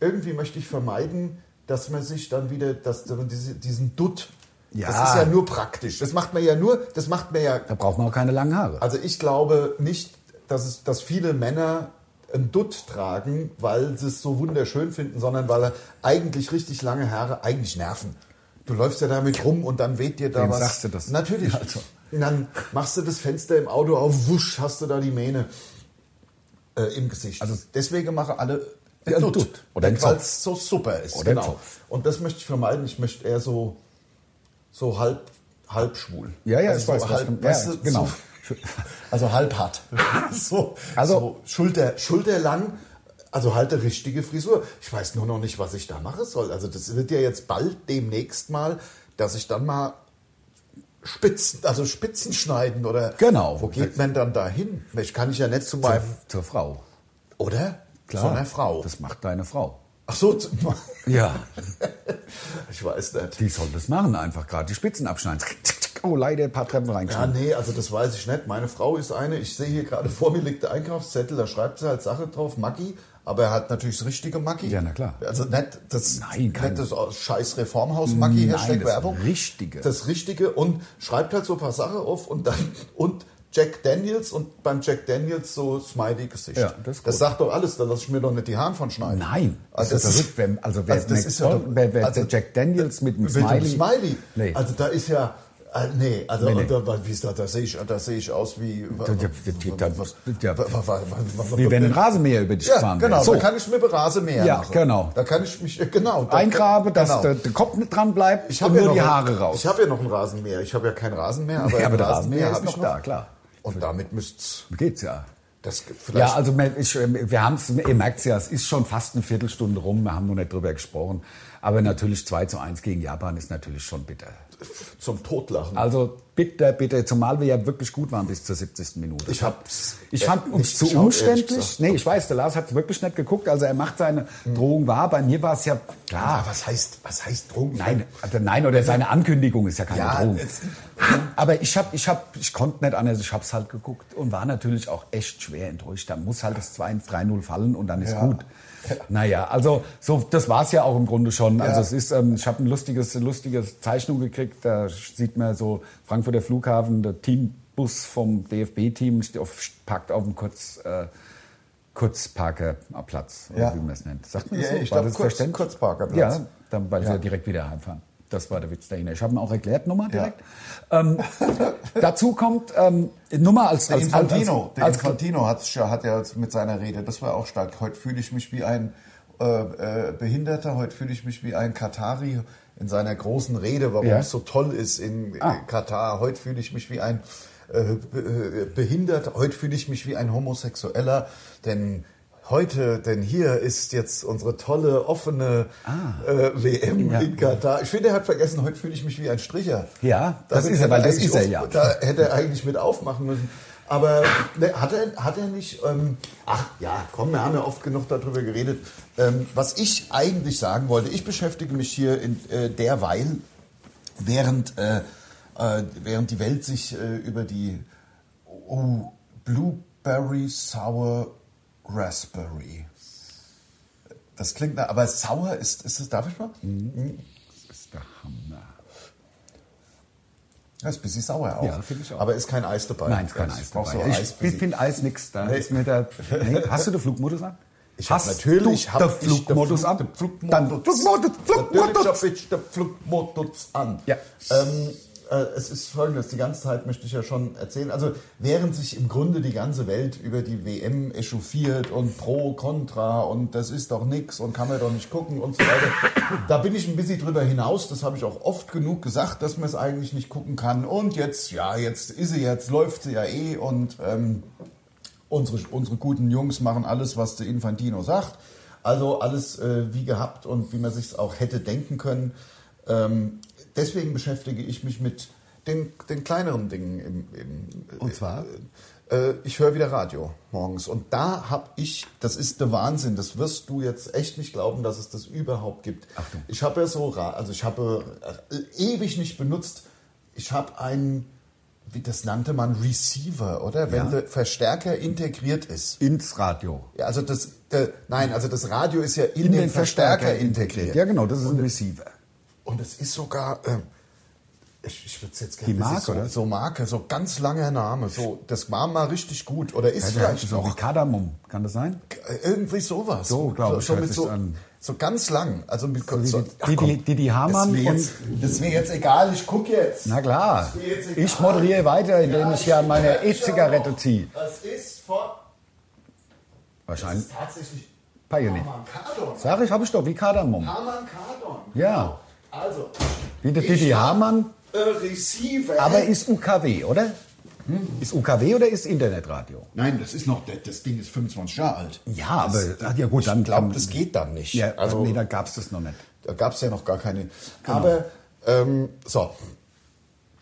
Speaker 3: irgendwie möchte ich vermeiden, dass man sich dann wieder, dass man diese, diesen Dutt,
Speaker 2: Ja.
Speaker 3: das ist ja nur praktisch. Das macht man ja nur, das macht man ja,
Speaker 2: Da braucht man auch keine langen Haare.
Speaker 3: also ich glaube nicht, dass, es, dass viele Männer einen Dutt tragen, weil sie es so wunderschön finden, sondern weil eigentlich richtig lange Haare eigentlich nerven. Du läufst ja damit rum und dann weht dir da
Speaker 2: Wem
Speaker 3: was.
Speaker 2: sagst du das?
Speaker 3: Natürlich.
Speaker 2: Ja, also.
Speaker 3: Und dann machst du das Fenster im Auto auf, wusch, hast du da die Mähne äh, im Gesicht.
Speaker 2: Also-
Speaker 3: deswegen machen alle
Speaker 2: Ja, einen Dutt. Oder einen
Speaker 3: Weil es so super ist.
Speaker 2: Oder einen
Speaker 3: genau.
Speaker 2: Zopf.
Speaker 3: Und das möchte ich vermeiden. Ich möchte eher so, so halb, halb schwul.
Speaker 2: Ja, ja,
Speaker 3: also
Speaker 2: ich weiß,
Speaker 3: So
Speaker 2: was
Speaker 3: halb,
Speaker 2: du-
Speaker 3: weißt
Speaker 2: ja,
Speaker 3: du,
Speaker 2: genau.
Speaker 3: So, also halb hart. so,
Speaker 2: Also-
Speaker 3: so Schulter, schulterlang. Also halt eine richtige Frisur. Ich weiß nur noch nicht, was ich da machen soll. Also das wird ja jetzt bald demnächst mal, dass ich dann mal Spitzen, also Spitzen schneiden oder
Speaker 2: Genau.
Speaker 3: Wo geht man dann da hin? Ich kann ich ja nicht zu meinem,
Speaker 2: Zur Frau.
Speaker 3: oder? Zu einer Frau.
Speaker 2: Das macht deine Frau.
Speaker 3: Ach so, zu-
Speaker 2: Ja,
Speaker 3: ich weiß nicht.
Speaker 2: die soll das machen einfach gerade. Die Spitzen abschneiden. Oh, leider ein paar Treppen
Speaker 3: Ja,
Speaker 2: reingeschnitten.
Speaker 3: nee, also das weiß ich nicht. Meine Frau ist eine, ich sehe hier gerade vor mir liegt der Einkaufszettel, da schreibt sie halt Sache drauf, Maggi, aber er hat natürlich das richtige Maggi.
Speaker 2: Ja, na klar.
Speaker 3: Also nicht das,
Speaker 2: Nein, kein-
Speaker 3: nicht das scheiß Reformhaus Maggi,
Speaker 2: Nein,
Speaker 3: Hashtag
Speaker 2: das
Speaker 3: Werbung.
Speaker 2: Richtige.
Speaker 3: Das Richtige und schreibt halt so ein paar Sachen auf und dann und Jack Daniels und beim Jack Daniels so Smiley-Gesicht.
Speaker 2: Ja, das ist gut.
Speaker 3: sagt doch alles, da lasse ich mir doch nicht die Haaren von schneiden.
Speaker 2: Nein,
Speaker 3: also das,
Speaker 2: verrückt.
Speaker 3: ist,
Speaker 2: Wer, also wer,
Speaker 3: also das ist ja
Speaker 2: McDonald-
Speaker 3: doch-
Speaker 2: wer, wer
Speaker 3: also-
Speaker 2: Jack Daniels mit einem
Speaker 3: mit Smiley.
Speaker 2: Smiley.
Speaker 3: dem Smiley.
Speaker 2: Nee.
Speaker 3: Also da ist ja. äh, Nee, also
Speaker 2: Nee, nee.
Speaker 3: und Da, wie ist das, da sehe ich, da sehe ich aus wie
Speaker 2: Da- da- da- da-
Speaker 3: was-
Speaker 2: ja.
Speaker 3: wa- wa- wa- wa-
Speaker 2: Wie wenn ein Rasenmäher über dich
Speaker 3: ja,
Speaker 2: gefahren
Speaker 3: genau,
Speaker 2: wäre. So.
Speaker 3: da kann ich mir Rasenmäher
Speaker 2: Ja,
Speaker 3: machen.
Speaker 2: genau.
Speaker 3: Da kann ich mich genau da-
Speaker 2: Eingrabe, dass
Speaker 3: genau.
Speaker 2: der, der Kopf nicht dran bleibt
Speaker 3: ich
Speaker 2: und
Speaker 3: habe ja
Speaker 2: nur
Speaker 3: noch
Speaker 2: die
Speaker 3: ein-
Speaker 2: Haare raus.
Speaker 3: Ich habe ja noch einen Rasenmäher. Ich habe ja keinen Rasenmäher, aber,
Speaker 2: ja, aber
Speaker 3: einen
Speaker 2: der Rasenmäher
Speaker 3: hab
Speaker 2: ist noch da, klar.
Speaker 3: Und damit müsst's
Speaker 2: Geht's ja.
Speaker 3: das vielleicht
Speaker 2: Ja, also mer- ich, ähm, wir haben es, ihr merkt ja, es ist schon fast eine Viertelstunde rum, wir haben noch nicht drüber gesprochen. Aber natürlich 2 zu 1 gegen Japan ist natürlich schon bitter.
Speaker 3: zum Totlachen.
Speaker 2: Also bitter, bitter, zumal wir ja wirklich gut waren bis zur 70. Minute.
Speaker 3: Ich hab's
Speaker 2: Ich
Speaker 3: ja,
Speaker 2: fand uns
Speaker 3: nicht
Speaker 2: zu
Speaker 3: geschaut, ehrlich
Speaker 2: umständlich.
Speaker 3: gesagt. Hm.
Speaker 2: Nee, ich weiß, der Lars hat wirklich nicht geguckt, also er macht seine Drohung wahr. Bei mir war es ja
Speaker 3: ah,
Speaker 2: klar.
Speaker 3: was heißt, was heißt Drogen?
Speaker 2: Nein, also nein, oder seine Ankündigung ist ja keine
Speaker 3: Ja,
Speaker 2: Drohung.
Speaker 3: es-
Speaker 2: Aber ich hab, ich hab, ich konnte nicht anders, ich hab's halt geguckt und war natürlich auch echt schwer enttäuscht. Da muss halt das 2-3-0 fallen und dann ist
Speaker 3: Ja.
Speaker 2: gut. Naja, also so, das war's ja auch im Grunde schon. Also
Speaker 3: Ja.
Speaker 2: es ist, ähm, ich habe ein lustiges, lustiges Zeichnung gekriegt. Da sieht man so Frankfurter Flughafen, der Teambus vom DFB-Team parkt auf dem Kurz, äh, Kurzparkerplatz, oder
Speaker 3: Ja.
Speaker 2: wie man es nennt. Sagt man das
Speaker 3: Ja,
Speaker 2: so?
Speaker 3: ich
Speaker 2: War
Speaker 3: glaub,
Speaker 2: das
Speaker 3: Kurz-
Speaker 2: verständlich?
Speaker 3: Kurzparkerplatz.
Speaker 2: Ja, dann weil sie direkt wieder heimfahren. Das war der Witz dahinter. Ich habe ihn auch erklärt, Nummer direkt. Ähm, dazu kommt ähm, Nummer als,
Speaker 3: Der
Speaker 2: als
Speaker 3: Infantino,
Speaker 2: Als,
Speaker 3: der
Speaker 2: als, als,
Speaker 3: Infantino hat's ja, hat ja jetzt mit seiner Rede, das war auch stark. Heute fühle ich mich wie ein äh, äh, Behinderter, heute fühle ich mich wie ein Katari in seiner großen Rede, warum
Speaker 2: Ja.
Speaker 3: es so toll ist in äh,
Speaker 2: Ah.
Speaker 3: Katar. Heute fühle ich mich wie ein äh, be- äh, Behinderter, heute fühle ich mich wie ein Homosexueller, denn heute, denn hier ist jetzt unsere tolle, offene äh, WM
Speaker 2: Ah. Ja.
Speaker 3: in Katar. Ich finde, er hat vergessen, heute fühle ich mich wie ein Stricher.
Speaker 2: Ja, das ist er, weil das ist er
Speaker 3: eigentlich
Speaker 2: ja.
Speaker 3: Da hätte er eigentlich mit aufmachen müssen. Aber ne, hat, er, hat er nicht. Ähm, ach ja, komm, wir haben ja oft genug darüber geredet. Ähm, was ich eigentlich sagen wollte, ich beschäftige mich hier in, äh, derweil während, äh, äh, während die Welt sich äh, über die oh, Blueberry Sour Raspberry. Das klingt, nach- aber sauer ist, ist das, darf ich mal?
Speaker 2: Das ist der Hammer.
Speaker 3: Ja, ist ein bisschen sauer auch.
Speaker 2: Ja, finde ich auch.
Speaker 3: Aber ist kein Eis dabei.
Speaker 2: Nein, ist kein Eis
Speaker 3: Ich brauch
Speaker 2: dabei.
Speaker 3: so
Speaker 2: ich
Speaker 3: Eis-
Speaker 2: finde Eis nix. Da
Speaker 3: Nee.
Speaker 2: ist mir der, nee. Hast du den Flugmodus an?
Speaker 3: Ich hab
Speaker 2: Hast
Speaker 3: natürlich
Speaker 2: du
Speaker 3: hab
Speaker 2: den
Speaker 3: ich den
Speaker 2: Flugmodus
Speaker 3: Flug-
Speaker 2: an?
Speaker 3: den Flugmodus.
Speaker 2: Dann Flugmodus,
Speaker 3: Natürlich
Speaker 2: Flugmodus.
Speaker 3: hab ich den Flugmodus an.
Speaker 2: Ja.
Speaker 3: Ähm, äh, es ist folgendes, die ganze Zeit möchte ich ja schon erzählen. Also während sich im Grunde die ganze Welt über die WM echauffiert und pro, contra und das ist doch nix und kann man doch nicht gucken und so weiter. Da bin ich ein bisschen drüber hinaus, das habe ich auch oft genug gesagt, dass man es eigentlich nicht gucken kann. Und jetzt, ja, jetzt ist sie, jetzt läuft sie ja eh und... Ähm, unsere, unsere guten Jungs machen alles, was der Infantino sagt. Also alles äh, wie gehabt und wie man sich auch hätte denken können. Ähm, deswegen beschäftige ich mich mit den, den kleineren Dingen. Im, im,
Speaker 2: Und zwar?
Speaker 3: Äh, ich höre wieder Radio morgens. Und da habe ich, das ist der Wahnsinn, das wirst du jetzt echt nicht glauben, dass es das überhaupt gibt.
Speaker 2: Achtung.
Speaker 3: Ich habe ja so, Ra- also ich habe äh, ewig nicht benutzt. Ich habe einen, wie das nannte man, Receiver, oder? Wenn
Speaker 2: Ja.
Speaker 3: der Verstärker integriert ist.
Speaker 2: Ins Radio.
Speaker 3: Ja, also das, äh, nein, also das Radio ist ja in, den, Verstärker, integriert.
Speaker 2: Ja, genau, das ist ein Receiver.
Speaker 3: Und es ist sogar, ähm, ich, ich würde es jetzt
Speaker 2: Die
Speaker 3: gerne
Speaker 2: Marke,
Speaker 3: so,
Speaker 2: oder?
Speaker 3: so Marke, so ganz langer Name. So, das war mal richtig gut oder ist
Speaker 2: Ja,
Speaker 3: vielleicht
Speaker 2: so
Speaker 3: noch
Speaker 2: wie Kardamom, kann das sein?
Speaker 3: Äh, irgendwie sowas.
Speaker 2: So, glaub ich,
Speaker 3: so,
Speaker 2: hört
Speaker 3: mit
Speaker 2: sich's
Speaker 3: so,
Speaker 2: an.
Speaker 3: so ganz lang. Also mit
Speaker 2: So wie
Speaker 3: so,
Speaker 2: die- die- die- die- die Hamann
Speaker 3: Das ist mir jetzt, das ist mir jetzt egal, ich gucke jetzt.
Speaker 2: Na klar.
Speaker 3: Das ist mir jetzt egal.
Speaker 2: Ich moderiere weiter, indem
Speaker 3: Ja,
Speaker 2: ich ja meine
Speaker 3: ich-
Speaker 2: E-Zigarette ziehe.
Speaker 3: Das ist von. Das
Speaker 2: Wahrscheinlich
Speaker 3: ist tatsächlich.
Speaker 2: Pioneer.
Speaker 3: Hamann Kardon.
Speaker 2: Sag ich, habe ich doch, wie Kardamom.
Speaker 3: Hamann Kardon.
Speaker 2: Ja.
Speaker 3: Also.
Speaker 2: Wie der
Speaker 3: ich
Speaker 2: Didi
Speaker 3: hab
Speaker 2: Hamann,
Speaker 3: ein Receiver.
Speaker 2: aber ist UKW, oder? Hm? Ist UKW oder ist Internetradio?
Speaker 3: Nein, das ist noch. Das Ding ist 25 Jahre alt.
Speaker 2: Ja,
Speaker 3: Das-
Speaker 2: aber- ach ja, gut, dann
Speaker 3: Ich glaube,
Speaker 2: kann-
Speaker 3: das geht dann nicht.
Speaker 2: Ja, also,
Speaker 3: also,
Speaker 2: nee, da Genau. gab es das noch nicht.
Speaker 3: Da gab es ja noch gar keine. Aber ähm, so,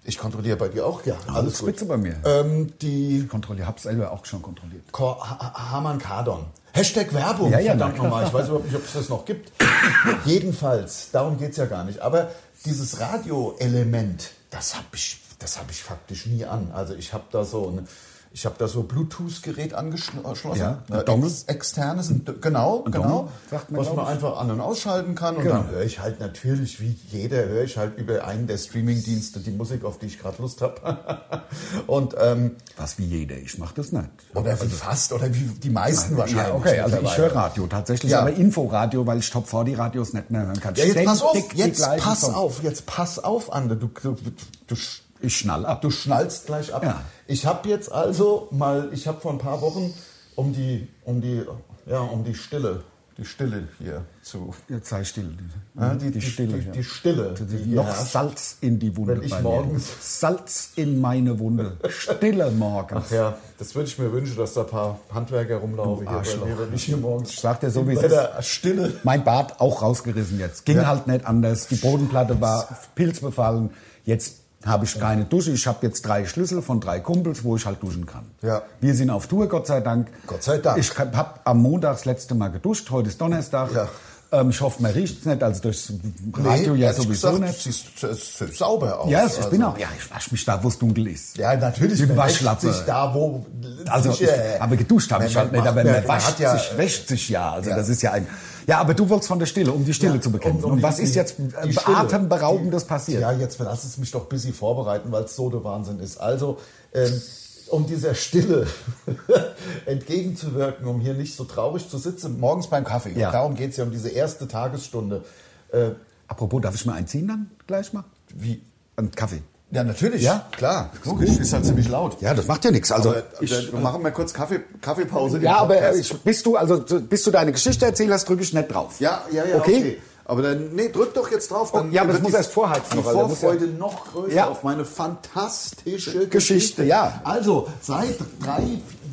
Speaker 3: ich kontrolliere bei dir auch. Ja,
Speaker 2: Alles
Speaker 3: alles gut.
Speaker 2: Spitze bei mir.
Speaker 3: Ähm, die
Speaker 2: Kontrolliert, hab's selber auch schon kontrolliert.
Speaker 3: Ko- Ha- Ha- Hamann Kardon. Hashtag Werbung,
Speaker 2: Ja, ja,
Speaker 3: verdammt
Speaker 2: na klar.
Speaker 3: nochmal. Ich weiß überhaupt nicht, ob es das noch gibt. Jedenfalls, darum geht es ja gar nicht. Aber dieses Radio-Element, das habe ich, das hab ich faktisch nie an. Also ich habe da so ein... Ich habe da so ein Bluetooth-Gerät angeschlossen.
Speaker 2: Ja, ein
Speaker 3: Äh,
Speaker 2: Dongle.
Speaker 3: ex externes, ein D- genau, genau.
Speaker 2: Dongle, sagt man,
Speaker 3: was man
Speaker 2: glaub ich.
Speaker 3: einfach an- und ausschalten kann. Und
Speaker 2: Genau.
Speaker 3: dann höre ich halt natürlich, wie jeder, höre ich halt über einen der Streaming-Dienste die Musik, auf die ich gerade Lust habe. und ähm,
Speaker 2: Was wie jeder, ich mache das nicht.
Speaker 3: oder wie fast, oder wie die meisten wahrscheinlich.
Speaker 2: Also Ja, okay, also ich
Speaker 3: mittlerweile.
Speaker 2: höre Radio tatsächlich,
Speaker 3: Ja.
Speaker 2: aber Inforadio, weil ich Top 40 Radios nicht mehr hören kann.
Speaker 3: Ja, jetzt pass
Speaker 2: Ständig
Speaker 3: auf,
Speaker 2: die
Speaker 3: jetzt
Speaker 2: gleichen
Speaker 3: pass
Speaker 2: Songs.
Speaker 3: auf, jetzt pass auf, Ander. Du, du, du, du, sch-
Speaker 2: Ich schnall ab.
Speaker 3: du schnallst gleich ab.
Speaker 2: Ja.
Speaker 3: Ich habe jetzt also mal, ich habe vor ein paar Wochen um die, um die, ja, um die Stille, die Stille hier zu.
Speaker 2: Jetzt sei still.
Speaker 3: Ja, die- die- die-
Speaker 2: Mhm, ja.
Speaker 3: die Stille,
Speaker 2: Die-
Speaker 3: die
Speaker 2: die-
Speaker 3: hier
Speaker 2: Noch
Speaker 3: herrscht.
Speaker 2: Salz in die Wunde.
Speaker 3: Wenn ich
Speaker 2: bei mir.
Speaker 3: morgens-
Speaker 2: Salz in meine Wunde. Stille morgens.
Speaker 3: Ach ja, das würde ich mir wünschen, dass da ein paar Handwerker rumlaufen hier,
Speaker 2: Arschloch.
Speaker 3: bei mir, wenn ich hier morgens
Speaker 2: Sagt er so, wie es
Speaker 3: bei
Speaker 2: ist.
Speaker 3: der Stille.
Speaker 2: Mein Bart auch rausgerissen jetzt. Ging halt nicht anders. Die Bodenplatte war pilzbefallen. Jetzt habe ich keine Dusche. Ich habe jetzt drei Schlüssel von drei Kumpels, wo ich halt duschen kann.
Speaker 3: Ja.
Speaker 2: Wir sind auf Tour, Gott sei Dank.
Speaker 3: Gott sei Dank.
Speaker 2: Ich habe am Montag das letzte Mal geduscht. Heute ist Donnerstag.
Speaker 3: Ja.
Speaker 2: Ähm, ich hoffe, man riecht es nicht. Also durchs Radio ja
Speaker 3: hätte ich
Speaker 2: sowieso
Speaker 3: gesagt,
Speaker 2: nicht.
Speaker 3: siehst- es sieht sauber aus.
Speaker 2: Ja, ich bin
Speaker 3: Also-
Speaker 2: auch. Ja, ich wasche mich da, wo es dunkel ist.
Speaker 3: Ja, natürlich.
Speaker 2: Mit
Speaker 3: man
Speaker 2: Waschlappe.
Speaker 3: wäscht sich da, wo.
Speaker 2: Also, ich,
Speaker 3: sicher, äh,
Speaker 2: aber geduscht habe
Speaker 3: man-
Speaker 2: ich halt
Speaker 3: man
Speaker 2: nicht, aber
Speaker 3: macht ja-
Speaker 2: man
Speaker 3: hat
Speaker 2: wascht
Speaker 3: ja,
Speaker 2: sich,
Speaker 3: äh,
Speaker 2: wäscht sich ja. Also,
Speaker 3: ja.
Speaker 2: das ist ja ein. Ja, aber du wolltest von der Stille, um die Stille zu bekämpfen.
Speaker 3: um- um
Speaker 2: und
Speaker 3: die-
Speaker 2: was
Speaker 3: die-
Speaker 2: ist jetzt
Speaker 3: die
Speaker 2: äh,
Speaker 3: Stille.
Speaker 2: atemberaubendes
Speaker 3: Die-
Speaker 2: passiert?
Speaker 3: Ja, jetzt lass es mich doch ein bisschen vorbereiten, weil es so der Wahnsinn ist. Also, ähm, um dieser Stille entgegenzuwirken, um hier nicht so traurig zu sitzen, morgens beim Kaffee.
Speaker 2: Ja.
Speaker 3: Und darum geht es ja um diese erste Tagesstunde. Äh,
Speaker 2: Apropos, darf ich mal einziehen dann gleich mal?
Speaker 3: wie.
Speaker 2: Einen Kaffee.
Speaker 3: Ja, natürlich.
Speaker 2: Ja?
Speaker 3: Klar. Logisch. Ist halt ziemlich laut.
Speaker 2: Ja, das macht ja nichts. Also,
Speaker 3: Aber, ich, wir machen mal kurz Kaffee, Kaffeepause. den
Speaker 2: ja, aber
Speaker 3: Podcast.
Speaker 2: ich, bist du, also, bist du deine Geschichte erzählst, drücke ich nicht drauf.
Speaker 3: Ja, ja, ja.
Speaker 2: Okay?
Speaker 3: Aber dann, nee, drück doch jetzt drauf.
Speaker 2: Oh,
Speaker 3: Dann
Speaker 2: ja, aber
Speaker 3: wird
Speaker 2: es muss
Speaker 3: die-
Speaker 2: erst vorheizen
Speaker 3: Die
Speaker 2: noch, also muss
Speaker 3: Vorfreude noch größer
Speaker 2: Ja.
Speaker 3: auf meine fantastische Geschichte.
Speaker 2: Geschichte, ja.
Speaker 3: Also, seit drei,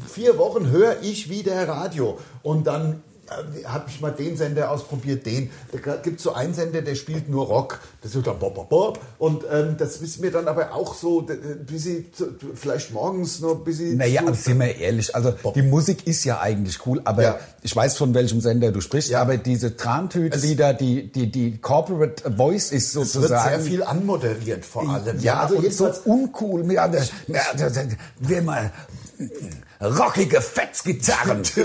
Speaker 3: vier Wochen höre ich wieder Radio. Und dann habe ich mal den Sender ausprobiert, den. Da gibt so einen Sender, der spielt nur Rock. Das ist dann bob, bob, bob. Und ähm, das ist mir dann aber auch so, bis vielleicht morgens noch ein bisschen.
Speaker 2: Naja,
Speaker 3: zu-
Speaker 2: aber sind wir ehrlich, also
Speaker 3: Bob.
Speaker 2: die Musik ist ja eigentlich cool, aber
Speaker 3: Ja.
Speaker 2: ich weiß von welchem Sender du sprichst,
Speaker 3: Ja.
Speaker 2: aber diese Trantüte-Lieder, die, die, die Corporate Voice ist
Speaker 3: es wird
Speaker 2: sozusagen...
Speaker 3: sehr viel anmoderiert vor allem.
Speaker 2: Ja, also
Speaker 3: und
Speaker 2: jetzt so uncool. Ja, das, ja, das, das, wir mal rockige Fetzgitarren.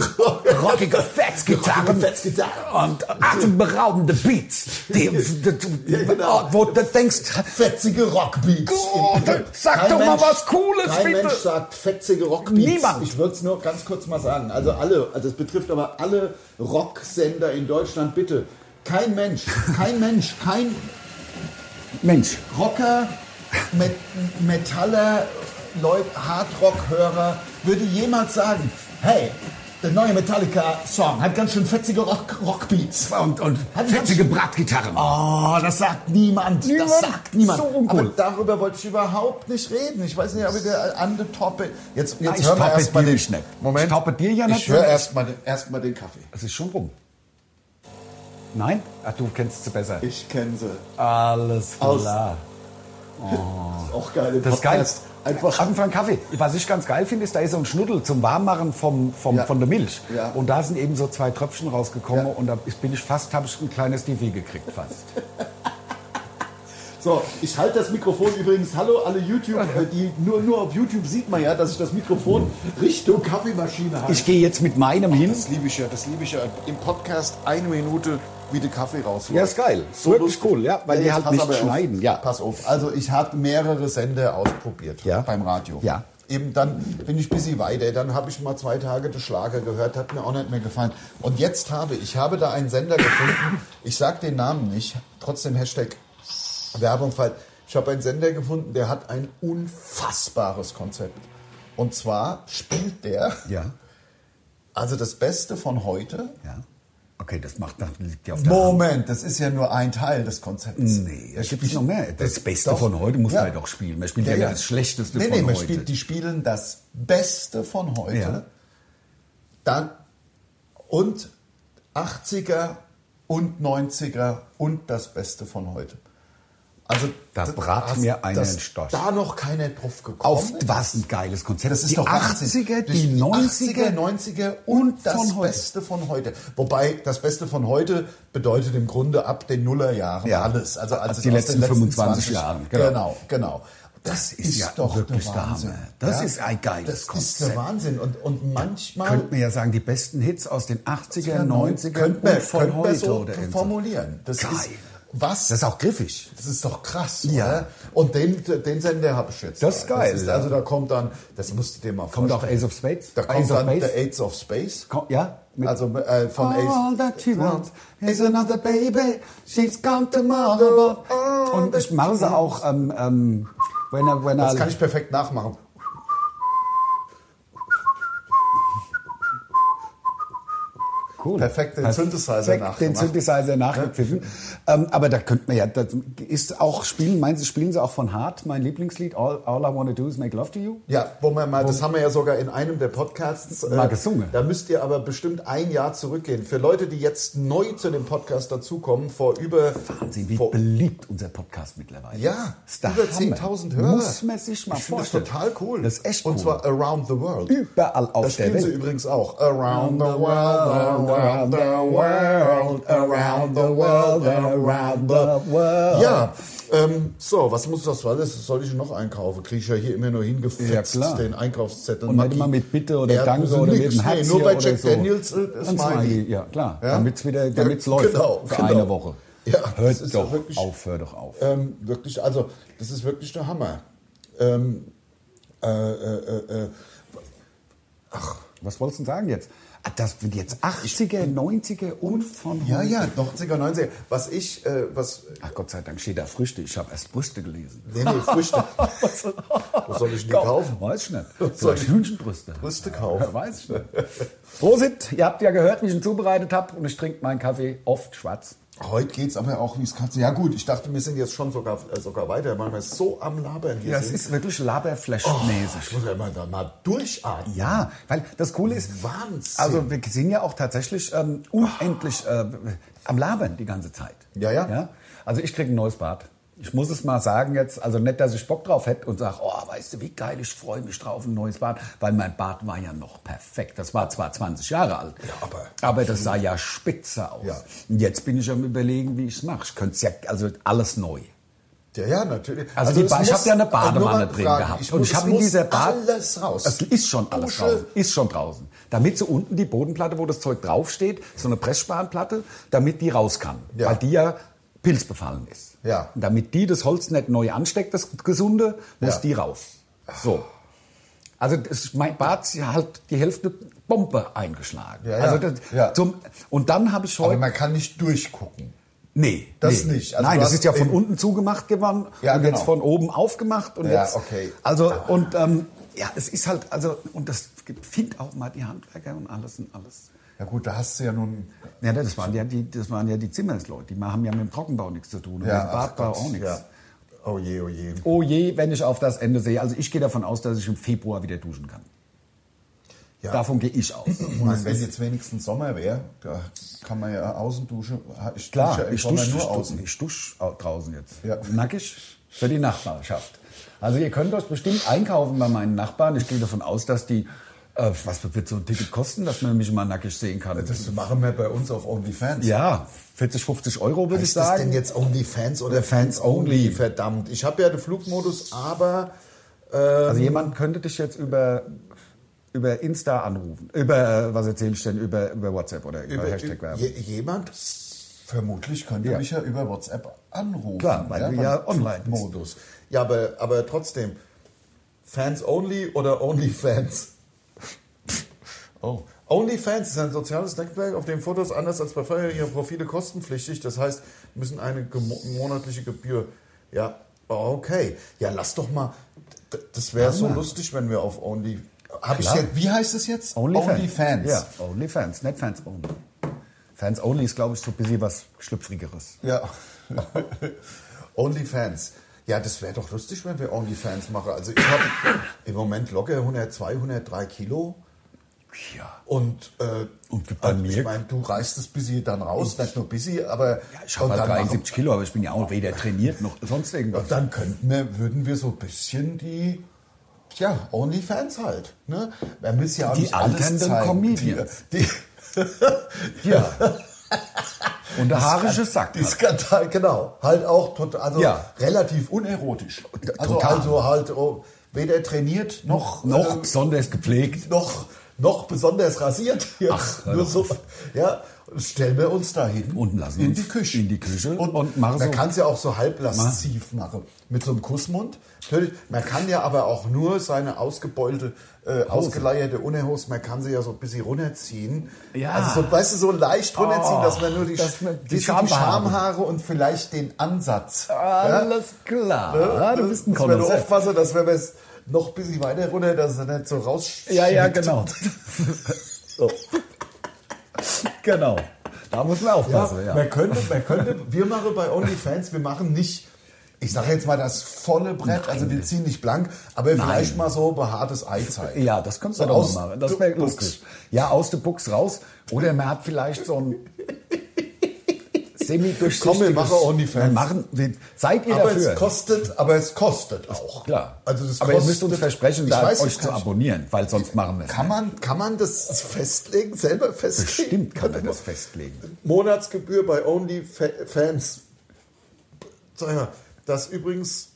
Speaker 2: rockige Fetzgitarren.
Speaker 3: Rockige Fetzgitarren.
Speaker 2: Und atemberaubende Beats. Die, die, die,
Speaker 3: Ja, genau.
Speaker 2: Wo du denkst,
Speaker 3: fetzige Rockbeats.
Speaker 2: Gott, sag
Speaker 3: Kein
Speaker 2: doch mal was Cooles,
Speaker 3: kein
Speaker 2: bitte.
Speaker 3: Mensch sagt fetzige Rockbeats.
Speaker 2: Niemand.
Speaker 3: Ich würde es nur ganz kurz mal sagen. Also alle, also es betrifft aber alle Rocksender in Deutschland, bitte. Kein Mensch, kein Mensch, kein
Speaker 2: Mensch,
Speaker 3: Rocker, Met Metaller, Leut, Hardrock-Hörer würde jemals sagen, hey, der neue Metallica-Song hat ganz schön fetzige Rock Rockbeats.
Speaker 2: und, und fetzige Bratgitarren.
Speaker 3: Oh, das sagt niemand.
Speaker 2: Niemand?
Speaker 3: Das sagt niemand.
Speaker 2: So uncool.
Speaker 3: Aber darüber wollte ich überhaupt nicht reden. Ich weiß nicht, ob ich der an der Toppe. Jetzt,
Speaker 2: Na,
Speaker 3: jetzt
Speaker 2: ich
Speaker 3: hören wir
Speaker 2: toppe
Speaker 3: erstmal
Speaker 2: dir
Speaker 3: den
Speaker 2: nicht. Ich toppe dir ja
Speaker 3: Ich
Speaker 2: nicht.
Speaker 3: höre erstmal den, erst mal den Kaffee.
Speaker 2: Es ist schon rum. Nein? Ach, du kennst sie besser.
Speaker 3: Ich kenne sie.
Speaker 2: Alles
Speaker 3: Aus-
Speaker 2: klar.
Speaker 3: Ist auch geil. im
Speaker 2: Das ist geil.
Speaker 3: Podcast. Einfach
Speaker 2: Anfang Kaffee. Was ich ganz geil finde, ist, da ist so ein Schnuddel zum Warmmachen vom, vom,
Speaker 3: Ja.
Speaker 2: von der Milch.
Speaker 3: Ja.
Speaker 2: Und da sind eben so zwei Tröpfchen rausgekommen
Speaker 3: Ja.
Speaker 2: und da ist- bin ich fast, habe ich ein kleines DV gekriegt fast.
Speaker 3: So, ich halte das Mikrofon übrigens. Hallo alle YouTube, äh, die nur, nur auf YouTube sieht man ja, dass ich das Mikrofon Richtung Kaffeemaschine halte.
Speaker 2: Ich gehe jetzt mit meinem hin.
Speaker 3: das liebe ich ja, das liebe ich ja. Im Podcast eine Minute, wie der Kaffee rausholt.
Speaker 2: Ja, ist geil. Wirklich cool, ja, weil die
Speaker 3: jetzt
Speaker 2: halt
Speaker 3: pass
Speaker 2: nicht
Speaker 3: aber auf.
Speaker 2: schneiden, ja.
Speaker 3: Pass auf. Also ich habe mehrere Sender ausprobiert
Speaker 2: Ja.
Speaker 3: beim Radio.
Speaker 2: Ja.
Speaker 3: Eben dann bin ich ein bisschen weiter. Dann habe ich mal zwei Tage den Schlager gehört, hat mir auch nicht mehr gefallen. Und jetzt habe ich habe da einen Sender gefunden. Ich sage den Namen nicht. Trotzdem Hashtag Werbung. Weil ich habe einen Sender gefunden, der hat ein unfassbares Konzept. Und zwar spielt der
Speaker 2: Ja.
Speaker 3: also das Beste von heute
Speaker 2: ja. Okay, das macht das liegt ja Mhm. auf der Hand.
Speaker 3: Moment, das ist ja nur ein Teil des Konzepts.
Speaker 2: Nee,
Speaker 3: Er
Speaker 2: es gibt
Speaker 3: spielt-
Speaker 2: noch mehr. Das Beste
Speaker 3: Doch.
Speaker 2: von heute muss
Speaker 3: Ja.
Speaker 2: man ja doch spielen. Man spielt ja, das Schlechteste
Speaker 3: nee,
Speaker 2: von
Speaker 3: nee, man
Speaker 2: heute.
Speaker 3: Spielt, die spielen das Beste von heute.
Speaker 2: Ja.
Speaker 3: Dann und 80er und 90er und das Beste von heute. Also
Speaker 2: Da
Speaker 3: d-
Speaker 2: brat
Speaker 3: hast-
Speaker 2: mir einer
Speaker 3: dass
Speaker 2: den Storch.
Speaker 3: Da noch keiner drauf gekommen.
Speaker 2: auf
Speaker 3: ist.
Speaker 2: was ein geiles Konzept.
Speaker 3: Das ist
Speaker 2: die
Speaker 3: doch Wahnsinn.
Speaker 2: 80er,
Speaker 3: Durch
Speaker 2: die 90er,
Speaker 3: 90er
Speaker 2: und
Speaker 3: und das
Speaker 2: von heute.
Speaker 3: Beste von heute. Wobei das Beste von heute bedeutet im Grunde ab den Nullerjahren
Speaker 2: Ja.
Speaker 3: alles. Also als
Speaker 2: Ab
Speaker 3: es
Speaker 2: die
Speaker 3: aus
Speaker 2: letzten
Speaker 3: den
Speaker 2: 25 Jahren.
Speaker 3: Genau,
Speaker 2: Genau.
Speaker 3: genau.
Speaker 2: Das ist ja
Speaker 3: der
Speaker 2: wirklich der
Speaker 3: Wahnsinn.
Speaker 2: Hammer. Das ist ein geiles
Speaker 3: Das ist
Speaker 2: Konzept.
Speaker 3: der Wahnsinn. Und, und manchmal
Speaker 2: Könnte man ja sagen, die besten Hits aus den 80er, 90er
Speaker 3: könnte
Speaker 2: und
Speaker 3: man,
Speaker 2: von
Speaker 3: könnte man
Speaker 2: heute
Speaker 3: so
Speaker 2: oder irgend so.
Speaker 3: formulieren. Das
Speaker 2: Geil.
Speaker 3: ist was
Speaker 2: Das ist auch griffig.
Speaker 3: Das ist doch krass,
Speaker 2: Ja.
Speaker 3: oder? Und den, den Sender habe ich jetzt.
Speaker 2: Das ist
Speaker 3: da.
Speaker 2: geil,
Speaker 3: ist,
Speaker 2: ja.
Speaker 3: Also da kommt dann, das musst du dir mal
Speaker 2: Kommt auch
Speaker 3: vorstellen.
Speaker 2: Ace of Spades?
Speaker 3: Da kommt
Speaker 2: Ace of
Speaker 3: dann
Speaker 2: Base?
Speaker 3: The Aids of Space.
Speaker 2: Ko- Ja? Mit-
Speaker 3: also äh, von
Speaker 2: All
Speaker 3: Ace.
Speaker 2: that she wants is another baby. She's gone
Speaker 3: Oh,
Speaker 2: tomorrow. Und ich mache sie auch, ähm, ähm, wenn er, wenn
Speaker 3: Das oh. kann
Speaker 2: er,
Speaker 3: ich perfekt nachmachen.
Speaker 2: cool.
Speaker 3: perfekt den Synthesizer
Speaker 2: perfekt Den
Speaker 3: nachgemacht.
Speaker 2: Synthesizer nachgepfiffen. Ähm, aber da könnte man ja, das ist auch spielen, meinen Sie, spielen Sie auch von Hart, mein Lieblingslied, All, all I Wanna Do Is Make Love To You?
Speaker 3: Ja, wo wir mal, das haben wir ja sogar in einem der Podcasts. äh,
Speaker 2: Mal gesungen.
Speaker 3: Da müsst ihr aber bestimmt ein Jahr zurückgehen. Für Leute, die jetzt neu zu dem Podcast dazukommen, vor über
Speaker 2: Wahnsinn, wie
Speaker 3: vor,
Speaker 2: beliebt unser Podcast mittlerweile
Speaker 3: ja,
Speaker 2: ist. der
Speaker 3: über
Speaker 2: Hammer.
Speaker 3: 10.000 Hörer.
Speaker 2: Muss man sich mal
Speaker 3: ich finde das
Speaker 2: vorstellen.
Speaker 3: total cool.
Speaker 2: Das ist echt
Speaker 3: Und
Speaker 2: cool.
Speaker 3: zwar around the world.
Speaker 2: überall
Speaker 3: Das
Speaker 2: auf der
Speaker 3: spielen sie
Speaker 2: Welt.
Speaker 3: übrigens auch. Around the world, around the world, around the world, around the world. Ja, ähm, so, was muss das alles? Soll ich noch einkaufen? Kriege ich ja hier immer nur hingefetzt,
Speaker 2: Ja, klar.
Speaker 3: den Einkaufszettel.
Speaker 2: Und nicht
Speaker 3: Maggi,
Speaker 2: immer mit Bitte oder
Speaker 3: Erdnüsse,
Speaker 2: Danke oder mit
Speaker 3: nix.
Speaker 2: dem Herz
Speaker 3: also Nee, nur
Speaker 2: hier
Speaker 3: bei
Speaker 2: oder
Speaker 3: Jack
Speaker 2: so.
Speaker 3: Daniels äh,
Speaker 2: Ein Smiley,
Speaker 3: Smiley.
Speaker 2: Ja, klar.
Speaker 3: Ja?
Speaker 2: Damit's wieder, damit's
Speaker 3: Ja,
Speaker 2: läuft.
Speaker 3: genau,
Speaker 2: für
Speaker 3: genau.
Speaker 2: eine Woche.
Speaker 3: Ja, das
Speaker 2: hört
Speaker 3: ist doch
Speaker 2: doch
Speaker 3: wirklich-
Speaker 2: auf, hör doch auf.
Speaker 3: Ähm, wirklich, also, das ist wirklich der Hammer. Ähm, äh, äh, äh, äh,
Speaker 2: Was wolltest du denn sagen jetzt? Ah, das wird jetzt 80er, 90er und von
Speaker 3: ja,
Speaker 2: heute.
Speaker 3: ja, 90er, 90er. Was ich, äh, was
Speaker 2: Ach Gott sei Dank steht da Früchte. Ich habe erst Brüste gelesen.
Speaker 3: Nee, nee, Früchte. Was soll ich denn kaufen?
Speaker 2: Weiß ich nicht.
Speaker 3: soll
Speaker 2: Vielleicht
Speaker 3: ich-
Speaker 2: Hühnchenbrüste.
Speaker 3: Brüste kaufen.
Speaker 2: Ja, weiß ich nicht. Prosit, ihr habt ja gehört, wie ich ihn zubereitet habe und ich trinke meinen Kaffee oft schwarz.
Speaker 3: Heute geht's aber auch, wie es kannst. Ja gut, ich dachte, wir sind jetzt schon sogar, äh, sogar weiter, weil wir so am Labern hier
Speaker 2: Ja, es
Speaker 3: sind.
Speaker 2: ist wirklich
Speaker 3: oh,
Speaker 2: Laberflash-mäßig.
Speaker 3: ich muss ja mal, da mal durchatmen.
Speaker 2: Ja, weil das Coole ist,
Speaker 3: Wahnsinn.
Speaker 2: also wir sind ja auch tatsächlich ähm, unendlich äh, am Labern die ganze Zeit.
Speaker 3: Ja, ja.
Speaker 2: Also ich kriege ein neues Bad. Ich muss es mal sagen jetzt, also nicht, dass ich Bock drauf hätte und sage, oh, weißt du, wie geil, ich freue mich drauf, ein neues Bad, weil mein Bad war ja noch perfekt. Das war zwar 20 Jahre alt,
Speaker 3: Ja, aber-
Speaker 2: das sah ja spitze aus.
Speaker 3: Ja.
Speaker 2: Und jetzt bin ich am überlegen, wie ich es mache. Ich könnte es ja, also alles neu.
Speaker 3: Ja, ja, natürlich.
Speaker 2: Also, die
Speaker 3: es
Speaker 2: ba ich
Speaker 3: muss- äh,
Speaker 2: habe ja eine
Speaker 3: nur mal
Speaker 2: Badewanne drin
Speaker 3: fragen,
Speaker 2: gehabt.
Speaker 3: muss-
Speaker 2: und ich
Speaker 3: es
Speaker 2: habe in
Speaker 3: muss
Speaker 2: dieser Bad
Speaker 3: alles raus.
Speaker 2: Es ist schon alles
Speaker 3: Dusche.
Speaker 2: draußen. Ist schon draußen. Damit so unten die Bodenplatte, wo das Zeug draufsteht, so eine Pressspanplatte, damit die raus kann.
Speaker 3: Ja.
Speaker 2: Weil die ja pilzbefallen ist.
Speaker 3: Ja.
Speaker 2: Und damit die das Holz nicht neu ansteckt, das Gesunde, muss
Speaker 3: Ja.
Speaker 2: die raus. So. Also das, mein Bad ist ja halt die Hälfte Bombe eingeschlagen.
Speaker 3: Ja, ja.
Speaker 2: Also das,
Speaker 3: Ja.
Speaker 2: Zum, und dann habe ich heute...
Speaker 3: Aber man kann nicht durchgucken.
Speaker 2: Nee.
Speaker 3: Das
Speaker 2: nee.
Speaker 3: nicht. Also
Speaker 2: Nein,
Speaker 3: du
Speaker 2: das
Speaker 3: hast
Speaker 2: ist ja von
Speaker 3: den-
Speaker 2: unten zugemacht geworden
Speaker 3: Ja,
Speaker 2: und
Speaker 3: genau.
Speaker 2: jetzt von oben aufgemacht und
Speaker 3: Ja,
Speaker 2: jetzt.
Speaker 3: okay. Ah.
Speaker 2: Also und ähm, ja, es ist halt also und das findet auch mal die Handwerker und alles und alles.
Speaker 3: Ja gut, da hast du ja nun...
Speaker 2: Ja, das waren ja die, das waren ja die Zimmersleute. Die haben ja mit dem Trockenbau nichts zu tun und
Speaker 3: Ja,
Speaker 2: mit dem
Speaker 3: ach
Speaker 2: Badbau
Speaker 3: Gott,
Speaker 2: auch nichts.
Speaker 3: ja. Oh je, oh je.
Speaker 2: Oh je, wenn ich auf das Ende sehe. Also ich gehe davon aus, dass ich im Februar wieder duschen kann.
Speaker 3: Ja.
Speaker 2: Davon gehe ich aus.
Speaker 3: Ich meine, wenn jetzt wenigstens Sommer wäre, da kann man ja Außendusche. Ich dusche
Speaker 2: Klar,
Speaker 3: im
Speaker 2: ich
Speaker 3: Sommer
Speaker 2: dusche,
Speaker 3: nur
Speaker 2: ich dusche,
Speaker 3: außen.
Speaker 2: ich dusche au- draußen jetzt.
Speaker 3: Ja.
Speaker 2: Nackig für die Nachbarschaft. Also ihr könnt euch bestimmt einkaufen bei meinen Nachbarn. Ich gehe davon aus, dass die, äh, was wird so ein Ticket kosten, dass man mich mal nackig sehen kann?
Speaker 3: Das machen wir bei uns auf OnlyFans.
Speaker 2: ja, 40, 50 Euro würde ich
Speaker 3: Ist das
Speaker 2: sagen.
Speaker 3: denn jetzt OnlyFans oder Fans Only? Verdammt. Ich habe ja den Flugmodus, aber
Speaker 2: also jemand könnte dich jetzt über über Insta anrufen. Über, äh, was erzähle ich denn? Über, über WhatsApp oder über, Äh, Hashtag Werbung.
Speaker 3: Äh, je, jemand vermutlich könnte
Speaker 2: Ja.
Speaker 3: mich ja über WhatsApp anrufen.
Speaker 2: Klar, weil du
Speaker 3: beim
Speaker 2: ja online bist.
Speaker 3: Flugmodus. Ja, aber, aber trotzdem. Fans Only oder OnlyFans? Oh. OnlyFans ist ein soziales Netzwerk, auf dem Fotos anders als bei vorher ihre Profile kostenpflichtig, das heißt, müssen eine gemo- monatliche Gebühr. Ja, okay. Ja, lass doch mal. D- Das wäre so lustig, wenn wir auf Only. Hab ich
Speaker 2: Klar.
Speaker 3: jetzt, wie heißt es jetzt?
Speaker 2: Onlyfans. Ja, Onlyfans, nicht Fans Only. Fans Only ist, glaube ich, so ein bisschen was Schlüpfrigeres.
Speaker 3: Ja. OnlyFans. Ja, das wäre doch lustig, wenn wir OnlyFans machen. Also ich habe im Moment locker 102, 103 Kilo.
Speaker 2: Ja.
Speaker 3: Und, äh,
Speaker 2: Und bei mir-
Speaker 3: ich meine, du reißt es bis hier dann raus, nicht nur bis hier, aber
Speaker 2: Ja, ich habe
Speaker 3: und
Speaker 2: halt
Speaker 3: dann machen-
Speaker 2: 73 Kilo, aber ich bin ja auch weder trainiert noch sonst irgendwas.
Speaker 3: Und dann könnten wir, würden wir so ein bisschen die, ja, OnlyFans halt. Ne? Man muss ja auch
Speaker 2: Die
Speaker 3: nicht alles
Speaker 2: alternden
Speaker 3: zeigen.
Speaker 2: Comedians.
Speaker 3: Die, die,
Speaker 2: Ja. Und der haarische Sack.
Speaker 3: Die Skandal, genau. Halt auch total, also
Speaker 2: Ja. äh,
Speaker 3: relativ unerotisch. Also,
Speaker 2: total.
Speaker 3: also halt oh, weder trainiert noch,
Speaker 2: Noch
Speaker 3: ähm,
Speaker 2: besonders gepflegt.
Speaker 3: noch, noch besonders rasiert. Jetzt
Speaker 2: Ach, hör
Speaker 3: nur
Speaker 2: doch
Speaker 3: so. Ja, stellen wir uns da hin.
Speaker 2: Und lassen
Speaker 3: in
Speaker 2: uns
Speaker 3: die Küche.
Speaker 2: in die Küche
Speaker 3: Und,
Speaker 2: und machen
Speaker 3: man
Speaker 2: so-
Speaker 3: kann es ja auch so halblasziv machen. Mit so einem Kussmund. Natürlich, man kann ja aber auch nur seine ausgebeulte, äh, ausgeleierte Unterhose, man kann sie ja so ein bisschen runterziehen.
Speaker 2: Ja.
Speaker 3: Also so, weißt du, so leicht runterziehen,
Speaker 2: Oh,
Speaker 3: dass man nur die,
Speaker 2: dass man die
Speaker 3: die, die
Speaker 2: Schamhaare-
Speaker 3: Schamhaare und vielleicht den Ansatz.
Speaker 2: Alles klar. Du bist ein
Speaker 3: dass man nur
Speaker 2: Konnoisseur.
Speaker 3: aufpassen, dass wenn man es noch ein bisschen weiter runter, dass es nicht so rausschiebt.
Speaker 2: Ja, ja, genau. so. Genau. Da muss man
Speaker 3: Ja,
Speaker 2: aufpassen. Also, Ja,
Speaker 3: Man könnte, man könnte, wir machen bei OnlyFans, wir machen nicht, ich sage jetzt mal das volle Brett, also wir ziehen nicht blank, aber vielleicht mal so behaartes Ei zeigen.
Speaker 2: Ja, das kannst du
Speaker 3: So
Speaker 2: doch
Speaker 3: aus
Speaker 2: mal machen. Das
Speaker 3: der
Speaker 2: wäre
Speaker 3: Box.
Speaker 2: lustig. Ja, aus der Box raus. Oder man hat vielleicht so ein semi-durchsichtiges...
Speaker 3: Komm, wir machen OnlyFans.
Speaker 2: Wir machen, wir, seid ihr
Speaker 3: Aber
Speaker 2: dafür?
Speaker 3: es kostet, aber es kostet auch.
Speaker 2: Klar.
Speaker 3: Also das
Speaker 2: aber ihr
Speaker 3: kostet,
Speaker 2: müsst uns versprechen,
Speaker 3: ich
Speaker 2: da
Speaker 3: weiß,
Speaker 2: euch zu
Speaker 3: kann ich-
Speaker 2: abonnieren, weil sonst machen wir es.
Speaker 3: Kann man, kann man das festlegen, selber
Speaker 2: nicht.
Speaker 3: festlegen?
Speaker 2: Bestimmt kann man das festlegen.
Speaker 3: Monatsgebühr bei OnlyFans. Sag mal, das übrigens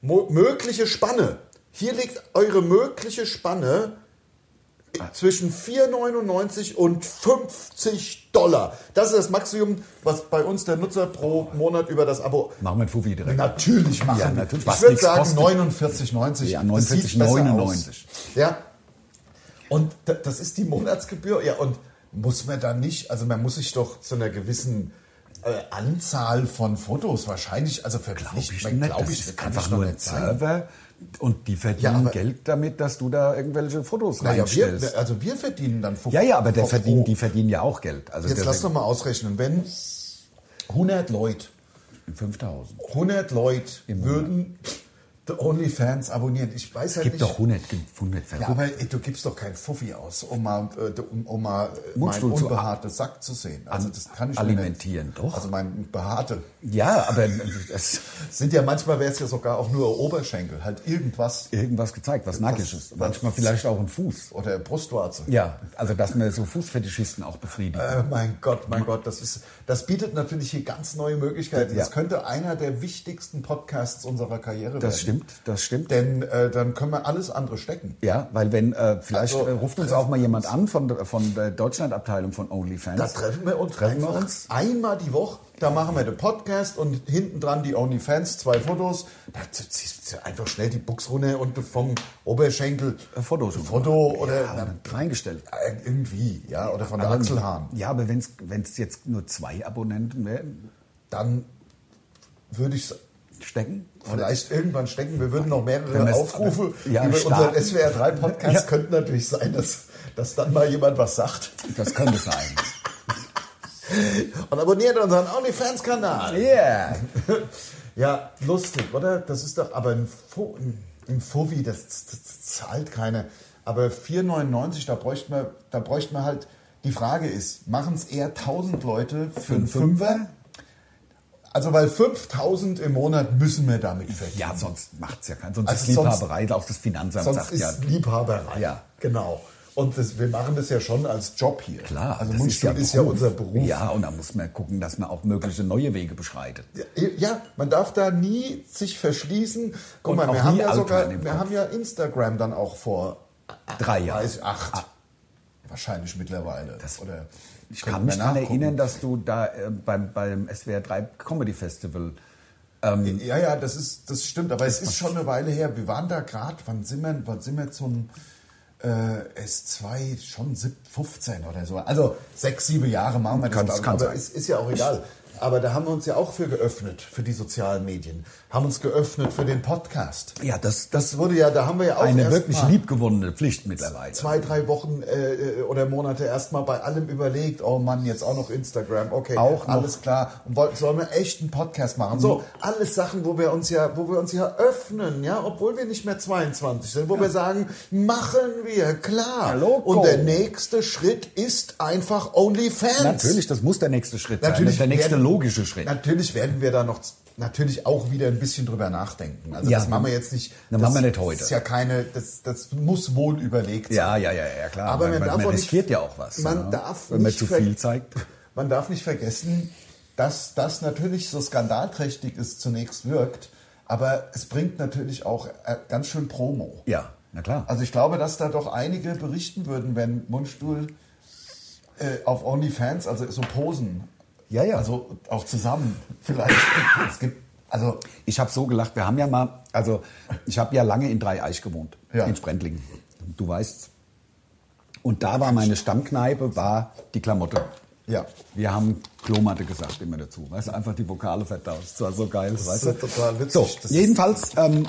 Speaker 3: mo mögliche Spanne. Hier liegt eure mögliche Spanne zwischen 4,99 und 50 Dollar. Das ist das Maximum, was bei uns der Nutzer pro Monat über das Abo.
Speaker 2: Machen wir einen Fuffi direkt.
Speaker 3: Natürlich machen.
Speaker 2: Ja, natürlich.
Speaker 3: Ich
Speaker 2: Was
Speaker 3: würde
Speaker 2: nichts
Speaker 3: sagen
Speaker 2: kostet.
Speaker 3: 49,90.
Speaker 2: Ja,
Speaker 3: Das sieht
Speaker 2: 49,99.
Speaker 3: besser aus. Ja. Und da- das ist die Monatsgebühr. Ja, und muss man dann nicht, also man muss sich doch zu einer gewissen äh, Anzahl von Fotos wahrscheinlich, also verpflichten.
Speaker 2: das
Speaker 3: Glaube ich,
Speaker 2: ist
Speaker 3: kann
Speaker 2: einfach
Speaker 3: ich
Speaker 2: nur
Speaker 3: doch
Speaker 2: ein
Speaker 3: sagen.
Speaker 2: Server und die
Speaker 3: Ja,
Speaker 2: verdienen
Speaker 3: aber-
Speaker 2: Geld damit, dass du da irgendwelche Fotos
Speaker 3: Naja,
Speaker 2: reinstellst.
Speaker 3: wir, also wir verdienen dann 50
Speaker 2: ja, ja, aber der
Speaker 3: Euro.
Speaker 2: verdient, die verdienen ja auch Geld. Also
Speaker 3: Jetzt
Speaker 2: der-
Speaker 3: lass doch mal ausrechnen, wenn 100 Leute,
Speaker 2: 5000.
Speaker 3: 100 Leute
Speaker 2: Im
Speaker 3: würden The OnlyFans abonnieren. Ich weiß halt
Speaker 2: Gib
Speaker 3: nicht.
Speaker 2: doch 100, gib 100
Speaker 3: Ja, aber ey, du gibst doch keinen Fuffi aus, um mal, äh, um, um mal äh, meinen
Speaker 2: Mundstuhl zu
Speaker 3: unbehaarten Sack zu sehen. Also das kann ich
Speaker 2: alimentieren,
Speaker 3: mir nicht.
Speaker 2: doch.
Speaker 3: Also mein behaarte.
Speaker 2: Ja, aber es,
Speaker 3: Sind ja manchmal wäre es ja sogar auch nur Oberschenkel, halt irgendwas
Speaker 2: irgendwas gezeigt, was nackig ist. Manchmal vielleicht auch ein Fuß.
Speaker 3: oder Brustwarze.
Speaker 2: Ja, also dass man so Fußfetischisten auch befriedigt.
Speaker 3: Äh, mein Gott, mein Gott, das ist, das bietet natürlich hier ganz neue Möglichkeiten. Das
Speaker 2: Ja.
Speaker 3: könnte einer der wichtigsten Podcasts unserer Karriere werden.
Speaker 2: Das stimmt, das stimmt.
Speaker 3: Denn äh, dann können wir alles andere stecken.
Speaker 2: Ja, weil wenn, äh, vielleicht
Speaker 3: Also,
Speaker 2: äh, ruft uns
Speaker 3: treffen
Speaker 2: auch mal jemand an von, von der Deutschlandabteilung von OnlyFans.
Speaker 3: Da treffen wir uns,
Speaker 2: Treffen wir
Speaker 3: einfach
Speaker 2: uns.
Speaker 3: einmal die Woche. Da machen wir den Podcast und hinten dran die OnlyFans, zwei Fotos. Da z- ziehst du einfach schnell die Buchs runter und vom Oberschenkel
Speaker 2: Äh, Fotos.
Speaker 3: ein Foto oder
Speaker 2: ja, reingestellt. Ähm,
Speaker 3: na, äh, irgendwie, ja, oder von der Achselhahn.
Speaker 2: Ja, aber wenn es jetzt nur zwei Abonnenten wären,
Speaker 3: Dann würde ich
Speaker 2: stecken.
Speaker 3: vielleicht irgendwann stecken. Wir würden noch
Speaker 2: Wenn
Speaker 3: mehrere
Speaker 2: wir's-
Speaker 3: Aufrufe
Speaker 2: Ja,
Speaker 3: über
Speaker 2: starten.
Speaker 3: unseren SWR 3 Podcast.
Speaker 2: Ja.
Speaker 3: Könnte natürlich sein, dass, dass dann mal jemand was sagt.
Speaker 2: Das könnte sein.
Speaker 3: Und abonniert unseren OnlyFans-Kanal.
Speaker 2: Yeah.
Speaker 3: Ja, lustig, oder? Das ist doch, aber ein, Fo ein Fovi, das, z- z- zahlt keiner. Aber 4,99, da bräuchte man, da bräuchte man halt, die Frage ist, machen es eher 1000 Leute für einen Fünfer? Also, weil 5000 im Monat müssen wir damit verdienen.
Speaker 2: Ja, sonst macht's ja keinen. Sonst
Speaker 3: Also
Speaker 2: ist
Speaker 3: sonst-
Speaker 2: Liebhaberei, auch das Finanzamt
Speaker 3: Sonst
Speaker 2: sagt
Speaker 3: ist
Speaker 2: ja.
Speaker 3: Liebhaberei.
Speaker 2: Ja.
Speaker 3: Genau. Und das, wir machen das ja schon als Job hier.
Speaker 2: Klar,
Speaker 3: Also,
Speaker 2: das
Speaker 3: Mundstuhl ist,
Speaker 2: ein
Speaker 3: ist ja
Speaker 2: Beruf.
Speaker 3: unser Beruf.
Speaker 2: Ja, und da muss man gucken, dass man auch mögliche neue Wege beschreitet.
Speaker 3: Ja, man darf da nie sich verschließen. Guck
Speaker 2: Und
Speaker 3: mal,
Speaker 2: auch
Speaker 3: wir haben
Speaker 2: nie
Speaker 3: ja
Speaker 2: alt
Speaker 3: sogar,
Speaker 2: werden im
Speaker 3: wir
Speaker 2: Kopf.
Speaker 3: haben ja Instagram dann auch vor
Speaker 2: Drei Jahre.
Speaker 3: weiß ich, acht. Wahrscheinlich mittlerweile. Oder
Speaker 2: Ah. Ich
Speaker 3: könnte
Speaker 2: kann mich
Speaker 3: man
Speaker 2: daran
Speaker 3: nachgucken.
Speaker 2: erinnern, dass du da äh, beim, beim SWR 3 Comedy Festival
Speaker 3: Ähm, Ja, ja, das ist, das stimmt. Aber es ist schon eine Weile her. Wir waren da gerade, wann sind wir, wann sind wir zum äh, S2, schon sieb- 15 oder so. Also sechs, sieben Jahre machen wir das.
Speaker 2: Kann-
Speaker 3: glaub ich.
Speaker 2: kann
Speaker 3: aber
Speaker 2: sein.
Speaker 3: es ist ja auch egal. Aber da haben wir uns ja auch für geöffnet, für die sozialen Medien. Haben uns geöffnet für den Podcast.
Speaker 2: Ja, das,
Speaker 3: Das wurde ja, da haben wir ja auch
Speaker 2: eine
Speaker 3: Also erst
Speaker 2: wirklich
Speaker 3: mal
Speaker 2: liebgewonnene Pflicht mittlerweile.
Speaker 3: zwei, drei Wochen äh, oder Monate erstmal bei allem überlegt, oh Mann, jetzt auch noch Instagram, okay,
Speaker 2: Auch noch.
Speaker 3: alles klar. Und wollten, sollen wir echt einen Podcast machen? So, alles Sachen, wo wir uns ja, wo wir uns ja öffnen, ja, obwohl wir nicht mehr 22 sind, wo wir sagen, machen wir, klar.
Speaker 2: Hallo,
Speaker 3: Und
Speaker 2: Go.
Speaker 3: der nächste Schritt ist einfach OnlyFans.
Speaker 2: Natürlich, das muss der nächste Schritt sein. Das
Speaker 3: Natürlich
Speaker 2: ist der nächste
Speaker 3: werden-
Speaker 2: logische Schritt.
Speaker 3: Natürlich werden wir da noch z- natürlich auch wieder ein bisschen drüber nachdenken. Also
Speaker 2: Ja.
Speaker 3: das machen wir jetzt nicht.
Speaker 2: Das machen wir nicht heute.
Speaker 3: Das ist ja keine, das, das muss wohl überlegt sein.
Speaker 2: Ja, ja, ja, ja, klar.
Speaker 3: Aber
Speaker 2: man,
Speaker 3: man darf
Speaker 2: man
Speaker 3: auch nicht-
Speaker 2: riskiert ja auch was.
Speaker 3: man
Speaker 2: ja.
Speaker 3: darf
Speaker 2: Wenn man
Speaker 3: nicht
Speaker 2: zu
Speaker 3: ver-
Speaker 2: viel zeigt.
Speaker 3: Man darf nicht vergessen, dass das natürlich so skandalträchtig ist, zunächst wirkt, aber es bringt natürlich auch äh, ganz schön Promo.
Speaker 2: Ja, na klar.
Speaker 3: Also ich glaube, dass da doch einige berichten würden, wenn Mundstuhl äh, auf OnlyFans, also so Posen,
Speaker 2: Ja, ja.
Speaker 3: also auch zusammen vielleicht. es gibt, also
Speaker 2: Ich habe so gelacht, wir haben ja mal, also ich habe ja lange in Dreieich gewohnt,
Speaker 3: Ja.
Speaker 2: in Sprendlingen. Du weißt's. Und da war meine Stammkneipe, war die Klamotte.
Speaker 3: ja,
Speaker 2: Wir haben Klomatte gesagt immer dazu, weißt du, einfach die Vokale vertauscht. Das war so geil, weißt du.
Speaker 3: ist total witzig.
Speaker 2: So,
Speaker 3: Das ist-
Speaker 2: jedenfalls ähm,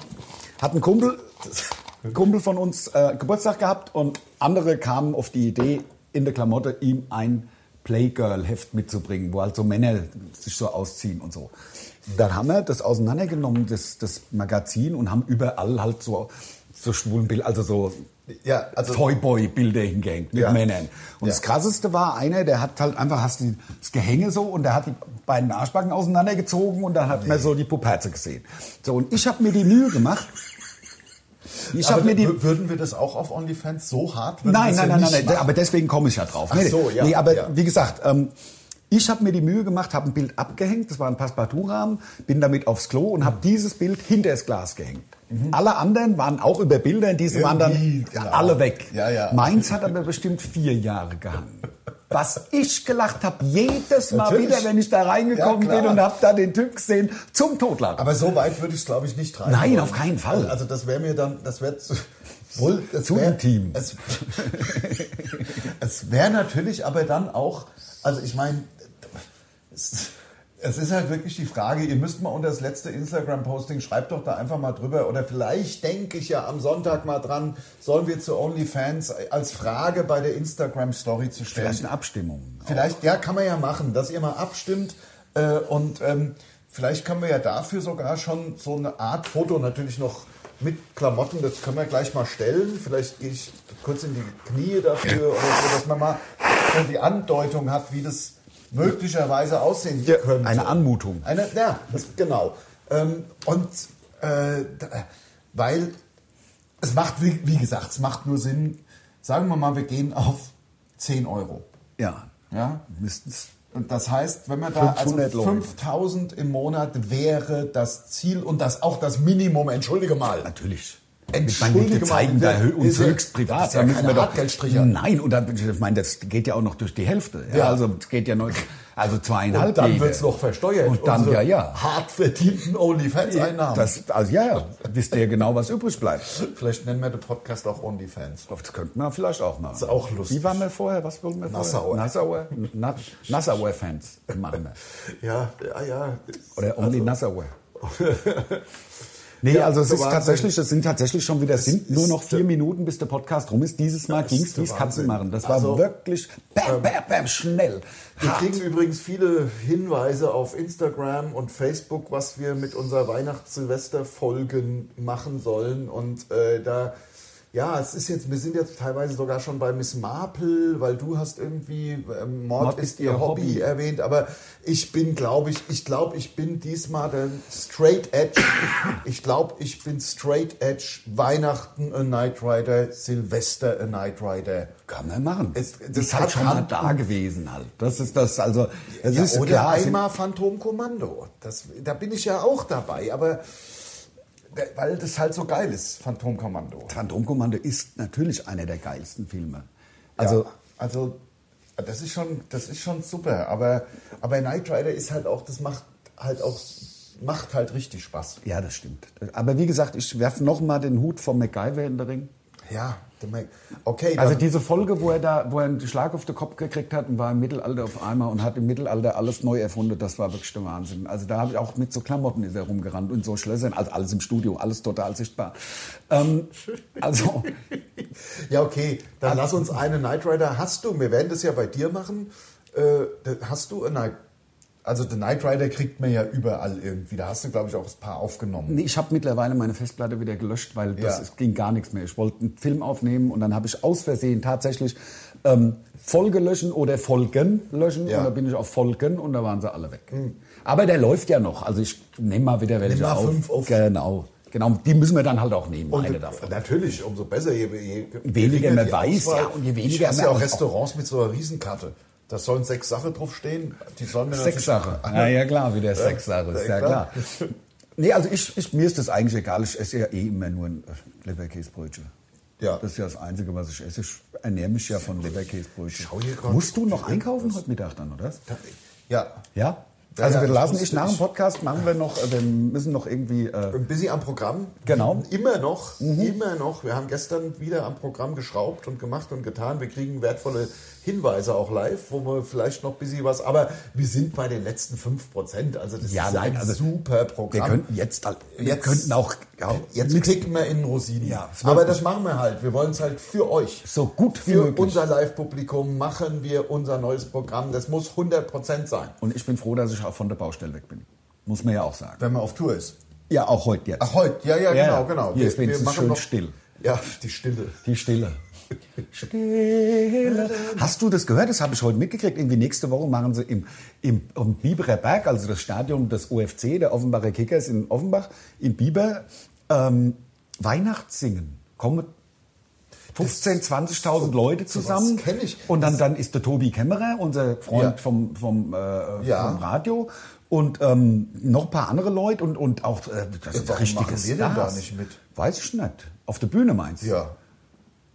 Speaker 2: hat ein Kumpel, Kumpel von uns äh, Geburtstag gehabt und andere kamen auf die Idee, in der Klamotte ihm ein Playgirl-Heft mitzubringen, wo halt so Männer sich so ausziehen und so. Dann haben wir das auseinandergenommen, das, das Magazin, und haben überall halt so, so schwulen Bild, also so
Speaker 3: ja, also
Speaker 2: Toyboy-Bilder hingehängt mit
Speaker 3: Ja.
Speaker 2: Männern. Und
Speaker 3: Ja.
Speaker 2: das Krasseste war einer, der hat halt einfach hast die, das Gehänge so und der hat die beiden Arschbacken auseinandergezogen und dann hat man so die Puperze gesehen. So, und ich habe mir die Mühe gemacht. Ich
Speaker 3: aber
Speaker 2: habe mir die
Speaker 3: w- würden wir das auch auf OnlyFans so hart? würden
Speaker 2: Nein, nein,
Speaker 3: wir das ja
Speaker 2: nein, nein,
Speaker 3: nicht
Speaker 2: nein,
Speaker 3: machen?
Speaker 2: aber deswegen komme ich ja drauf.
Speaker 3: Ach so, ja,
Speaker 2: Nee, aber
Speaker 3: ja.
Speaker 2: wie gesagt, ähm, ich habe mir die Mühe gemacht, habe ein Bild abgehängt, das war ein Passepartout-Rahmen, bin damit aufs Klo und
Speaker 3: Mhm.
Speaker 2: habe dieses Bild hinter das Glas gehängt. Alle anderen waren auch über Bilder, diese waren dann
Speaker 3: Irgendwie, genau.
Speaker 2: alle weg.
Speaker 3: Ja, ja.
Speaker 2: Meins hat aber bestimmt vier Jahre gehangen. Was ich gelacht habe, jedes Mal
Speaker 3: Natürlich.
Speaker 2: wieder, wenn ich da reingekommen
Speaker 3: Ja, klar.
Speaker 2: bin und habe da den Typ gesehen, zum Totladen.
Speaker 3: Aber so weit würde ich es, glaube ich, nicht treiben.
Speaker 2: Nein,
Speaker 3: wollen.
Speaker 2: auf keinen Fall.
Speaker 3: Also das wäre mir dann, das wäre zu, wohl, das
Speaker 2: Zu
Speaker 3: wär-
Speaker 2: intim.
Speaker 3: Es, es wäre natürlich aber dann auch, also ich meine, es, es ist halt wirklich die Frage, ihr müsst mal unter das letzte Instagram-Posting, schreibt doch da einfach mal drüber. Oder vielleicht denke ich ja am Sonntag mal dran, sollen wir zu OnlyFans als Frage bei der Instagram-Story zu stellen.
Speaker 2: Vielleicht eine Abstimmung.
Speaker 3: Vielleicht, ja, kann man ja machen, dass ihr mal abstimmt, Äh, und ähm, vielleicht können wir ja dafür sogar schon so eine Art Foto natürlich noch mit Klamotten, das können wir gleich mal stellen. Vielleicht gehe ich kurz in die Knie dafür oder so, dass man mal so die Andeutung hat, wie das möglicherweise aussehen könnte.
Speaker 2: Eine Anmutung.
Speaker 3: Eine, ja, das, genau. Ähm, und äh, da- weil es macht, wie wie gesagt, es macht nur Sinn, sagen wir mal, wir gehen auf 10 Euro.
Speaker 2: Ja.
Speaker 3: Ja?
Speaker 2: Mindestens.
Speaker 3: Und das heißt, wenn man da
Speaker 2: 500
Speaker 3: also
Speaker 2: Leute.
Speaker 3: 5000 im Monat wäre das Ziel und das auch das Minimum, entschuldige mal.
Speaker 2: Natürlich.
Speaker 3: Entschuldige
Speaker 2: wir zeigen
Speaker 3: mal,
Speaker 2: da
Speaker 3: wir-
Speaker 2: hö- uns
Speaker 3: ist ja-
Speaker 2: höchst privat.
Speaker 3: das ist ja
Speaker 2: da müssen
Speaker 3: keine
Speaker 2: wir doch,
Speaker 3: Hartgeldstricher.
Speaker 2: Nein, und dann, ich meine, das geht ja auch noch durch die Hälfte. Ja,
Speaker 3: Ja.
Speaker 2: Also es geht ja noch, also zweieinhalb.
Speaker 3: Und dann
Speaker 2: jede.
Speaker 3: wird es noch versteuert.
Speaker 2: Und dann,
Speaker 3: Unsere
Speaker 2: ja, ja.
Speaker 3: Hart verdienten OnlyFans-Einnahmen.
Speaker 2: Das, also ja, ja. Wisst ihr genau, was übrig bleibt.
Speaker 3: Vielleicht nennen wir den Podcast auch OnlyFans.
Speaker 2: Das könnten wir vielleicht auch machen.
Speaker 3: Ist auch lustig.
Speaker 2: Wie waren wir vorher? Was wollten wir
Speaker 3: Nassauer.
Speaker 2: vorher? Nassauer. Na- Nassauer Fans machen wir.
Speaker 3: Ja, ja, ja.
Speaker 2: Oder um Only
Speaker 3: Also-
Speaker 2: Nassauer. Nee, also es
Speaker 3: der
Speaker 2: ist
Speaker 3: Wahnsinn.
Speaker 2: tatsächlich, es sind tatsächlich schon wieder, es sind nur
Speaker 3: ist
Speaker 2: noch vier
Speaker 3: der-
Speaker 2: Minuten, bis der Podcast rum ist. Dieses Mal
Speaker 3: Das
Speaker 2: ging
Speaker 3: ist
Speaker 2: es
Speaker 3: der
Speaker 2: wie es Katzen
Speaker 3: Wahnsinn.
Speaker 2: machen. Das war
Speaker 3: Also, ähm,
Speaker 2: wirklich bam, bam, bam, schnell.
Speaker 3: Wir
Speaker 2: Hart.
Speaker 3: kriegen übrigens viele Hinweise auf Instagram und Facebook, was wir mit unserer Weihnachts-Silvester-Folgen machen sollen. Und äh, da, ja, es ist jetzt, wir sind jetzt teilweise sogar schon bei Miss Marple, weil du hast irgendwie ähm, Mord,
Speaker 2: Mord
Speaker 3: ist ihr Hobby, erwähnt. Aber ich bin, glaube ich, ich glaube, ich bin diesmal der Straight Edge. Ich glaube, ich bin Straight Edge. Weihnachten a Night Rider, Silvester a Night Rider.
Speaker 2: Kann man machen.
Speaker 3: Es-
Speaker 2: das
Speaker 3: das
Speaker 2: ist halt
Speaker 3: hat
Speaker 2: schon mal
Speaker 3: Hand-
Speaker 2: da gewesen halt. Das ist das, also, es
Speaker 3: Ja,
Speaker 2: ist
Speaker 3: oder
Speaker 2: klar. also es sind-
Speaker 3: einmal Phantomkommando. Das, da bin ich ja auch dabei, aber da- weil das halt so geil ist, Phantomkommando.
Speaker 2: Phantomkommando ist natürlich einer der geilsten Filme. Also,
Speaker 3: ja, also das ist schon, das ist schon super. Aber, aber Knight Rider ist halt auch, das macht halt auch, macht halt richtig Spaß.
Speaker 2: ja, das stimmt. Aber wie gesagt, ich werfe nochmal den Hut vom MacGyver in den Ring.
Speaker 3: Ja, der Mac- okay.
Speaker 2: Also
Speaker 3: dann-
Speaker 2: diese Folge, wo er da, wo er einen Schlag auf den Kopf gekriegt hat und war im Mittelalter auf einmal und hat im Mittelalter alles neu erfunden, das war wirklich der Wahnsinn. Also da habe ich auch mit so Klamotten ist er rumgerannt und so Schlössern, also alles im Studio, alles total sichtbar. Ähm, also
Speaker 3: Ja, okay, dann lass uns eine Knight Rider. Hast du, wir werden das ja bei dir machen, äh, da- hast du eine Knight also den Knight Rider kriegt man ja überall irgendwie. Da hast du, glaube ich, auch ein paar aufgenommen.
Speaker 2: Nee, ich habe mittlerweile meine Festplatte wieder gelöscht, weil das
Speaker 3: Ja.
Speaker 2: es ging gar nichts mehr. Ich wollte einen Film aufnehmen und dann habe ich aus Versehen tatsächlich ähm, Folge löschen oder Folgen löschen
Speaker 3: Ja. Hm.
Speaker 2: und dann bin ich auf Folgen und da waren sie alle weg. Aber der läuft ja noch. Also ich nehme mal wieder welche
Speaker 3: mal
Speaker 2: auf.
Speaker 3: fünf auf.
Speaker 2: Genau. Genau, die müssen wir dann halt auch nehmen,
Speaker 3: Und äh,
Speaker 2: eine davon.
Speaker 3: Natürlich, umso besser, je, je
Speaker 2: Weniger
Speaker 3: geringer
Speaker 2: man
Speaker 3: die
Speaker 2: weiß,
Speaker 3: Auswahl.
Speaker 2: ja, und je weniger
Speaker 3: Ich hasse
Speaker 2: man
Speaker 3: ja auch
Speaker 2: auch-
Speaker 3: Restaurants mit so einer Riesenkarte. Da sollen sechs Sachen draufstehen. Die sollen mir natürlich-
Speaker 2: Sexsache. Ja, ja klar, wieder Sexsache, ist ja
Speaker 3: ja, klar.
Speaker 2: klar. Nee, also ich, ich, mir ist das eigentlich egal. Ich esse ja eh immer nur ein äh, Leberkäsebrötchen.
Speaker 3: Ja.
Speaker 2: Das ist ja das Einzige, was ich esse. Ich ernähre mich ja von Leberkäsebrötchen.
Speaker 3: Schau hier grad-
Speaker 2: Musst du noch einkaufen heute Mittag dann, oder?
Speaker 3: Ja.
Speaker 2: Ja?
Speaker 3: Ja,
Speaker 2: Also
Speaker 3: ja,
Speaker 2: wir
Speaker 3: das
Speaker 2: lassen
Speaker 3: musste
Speaker 2: ich nach dem
Speaker 3: ich.
Speaker 2: Podcast, machen wir noch, äh, wir müssen noch irgendwie... Äh,
Speaker 3: Ein bisschen am Programm.
Speaker 2: Genau.
Speaker 3: Immer noch, immer noch. Wir haben gestern wieder am Programm geschraubt und gemacht und getan. Wir kriegen wertvolle Hinweise auch live, wo wir vielleicht noch ein bisschen was. Aber wir sind bei den letzten 5%. Also das
Speaker 2: Ja,
Speaker 3: ist
Speaker 2: nein,
Speaker 3: ein
Speaker 2: also
Speaker 3: super
Speaker 2: wir
Speaker 3: Programm.
Speaker 2: könnten jetzt, halt- wir
Speaker 3: Jetzt-
Speaker 2: könnten auch ja,
Speaker 3: Jetzt
Speaker 2: mit-
Speaker 3: klicken wir in Rosinen.
Speaker 2: Ja, es wird
Speaker 3: Aber das machen wir halt. Wir wollen es halt für euch.
Speaker 2: So gut wie
Speaker 3: Für
Speaker 2: möglich.
Speaker 3: unser Live-Publikum machen wir unser neues Programm. Das muss 100% sein.
Speaker 2: Und ich bin froh, dass ich auch von der Baustelle weg bin. Muss man ja auch sagen.
Speaker 3: Wenn man auf Tour ist.
Speaker 2: Ja, auch heute jetzt.
Speaker 3: Ach, heute. Ja, ja,
Speaker 2: Ja,
Speaker 3: genau,
Speaker 2: ja.
Speaker 3: genau.
Speaker 2: Hier ist wenigstens schön still.
Speaker 3: Ja, die Stille.
Speaker 2: Die Stille. Stille. Hast du das gehört? Das habe ich heute mitgekriegt. Irgendwie nächste Woche machen sie im, im, im Biberer Berg, also das Stadion des OFC, der Offenbacher Kickers in Offenbach, in Biber, ähm, Weihnachtssingen. Kommen 15, 20.000 Leute zusammen.
Speaker 3: sowas kenn ich.
Speaker 2: Und dann, dann ist der Tobi Kämmerer, unser Freund
Speaker 3: Ja.
Speaker 2: vom, vom, äh,
Speaker 3: Ja.
Speaker 2: vom Radio. Und ähm, noch ein paar andere Leute und, und auch äh, das sind
Speaker 3: Warum
Speaker 2: richtige
Speaker 3: machen wir denn da
Speaker 2: Stars.
Speaker 3: nicht mit?
Speaker 2: Weiß ich nicht. Auf der Bühne meinst du?
Speaker 3: Ja.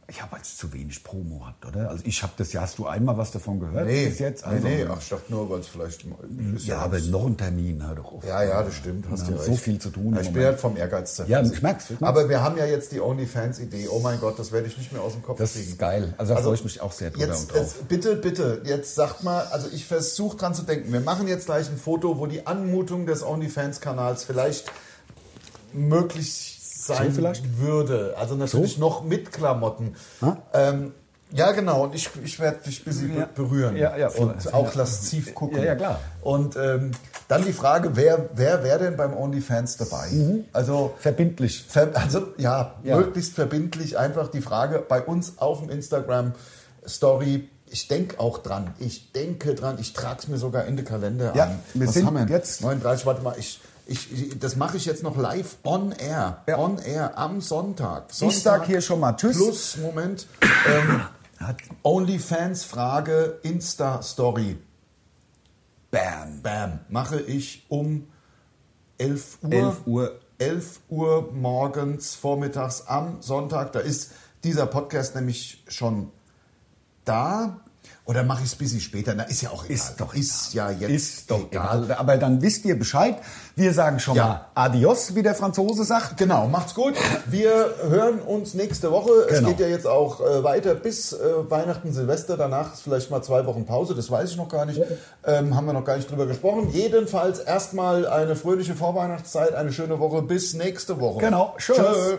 Speaker 2: Ich habe jetzt zu wenig Promo gehabt, oder? Also ich habe das, ja, hast du einmal was davon gehört?
Speaker 3: Nee,
Speaker 2: bis jetzt?
Speaker 3: nee,
Speaker 2: Also,
Speaker 3: nee. Ach, ich dachte nur, weil es vielleicht. mal- ist
Speaker 2: ja, aber noch einen Termin, hör doch auf.
Speaker 3: Ja, ja, das stimmt. Hast
Speaker 2: Wir
Speaker 3: du
Speaker 2: haben
Speaker 3: recht.
Speaker 2: so viel zu tun
Speaker 3: Ja,
Speaker 2: im
Speaker 3: ich bin
Speaker 2: Moment.
Speaker 3: halt vom Ehrgeiz
Speaker 2: Ja,
Speaker 3: zerrissen.
Speaker 2: ich merk's. Ich merk's.
Speaker 3: Aber wir haben ja jetzt die OnlyFans-Idee. Oh mein Gott, das werde ich nicht mehr aus dem Kopf
Speaker 2: Das
Speaker 3: kriegen.
Speaker 2: ist geil. Also da freue ich mich auch sehr drüber
Speaker 3: jetzt,
Speaker 2: und drauf.
Speaker 3: Jetzt, bitte, bitte, jetzt sagt mal, also ich versuche dran zu denken. Wir machen jetzt gleich ein Foto, wo die Anmutung des OnlyFans-Kanals vielleicht möglich sein
Speaker 2: So vielleicht?
Speaker 3: würde. Also natürlich noch mit Klamotten.
Speaker 2: Ha?
Speaker 3: Ähm, Ja, genau. Und ich, ich werde dich ein bisschen
Speaker 2: Ja.
Speaker 3: berühren.
Speaker 2: Ja, ja.
Speaker 3: und auch lasziv gucken.
Speaker 2: Ja, ja, klar.
Speaker 3: Und ähm, dann die Frage, wer wer wäre denn beim OnlyFans dabei?
Speaker 2: Mhm.
Speaker 3: Also
Speaker 2: Verbindlich.
Speaker 3: Ver also ja,
Speaker 2: Ja.
Speaker 3: möglichst verbindlich einfach die Frage bei uns auf dem Instagram Story. Ich denke auch dran. Ich denke dran. Ich trage es mir sogar in den Kalender
Speaker 2: Ja,
Speaker 3: an.
Speaker 2: wir sind
Speaker 3: denn?
Speaker 2: jetzt-
Speaker 3: 39, warte mal, ich, ich, ich das mache ich jetzt noch live on air.
Speaker 2: Ja.
Speaker 3: On air am Sonntag. Sonntag
Speaker 2: Ich sag hier schon mal Tschüss.
Speaker 3: Plus, Moment. Ähm, OnlyFans-Frage, Insta-Story.
Speaker 2: Bam.
Speaker 3: Bam. Mache ich um 11 Uhr.
Speaker 2: 11 Uhr.
Speaker 3: 11 Uhr morgens, vormittags am Sonntag. Da ist dieser Podcast nämlich schon da. Oder mache ich es ein bisschen später? Na, ist ja auch egal.
Speaker 2: Ist doch
Speaker 3: Ist ja jetzt
Speaker 2: Ist doch
Speaker 3: egal.
Speaker 2: egal. Aber dann wisst ihr Bescheid. Wir sagen schon
Speaker 3: Ja.
Speaker 2: mal Adios, wie der Franzose sagt.
Speaker 3: Genau, macht's gut. Wir hören uns nächste Woche. Es
Speaker 2: Genau.
Speaker 3: geht ja jetzt auch äh, weiter bis äh, Weihnachten, Silvester. Danach ist vielleicht mal zwei Wochen Pause, das weiß ich noch gar nicht. Ähm, haben wir noch gar nicht drüber gesprochen. Jedenfalls erstmal eine fröhliche Vorweihnachtszeit, eine schöne Woche. Bis nächste Woche.
Speaker 2: Genau. Tschüss.
Speaker 3: Tschö.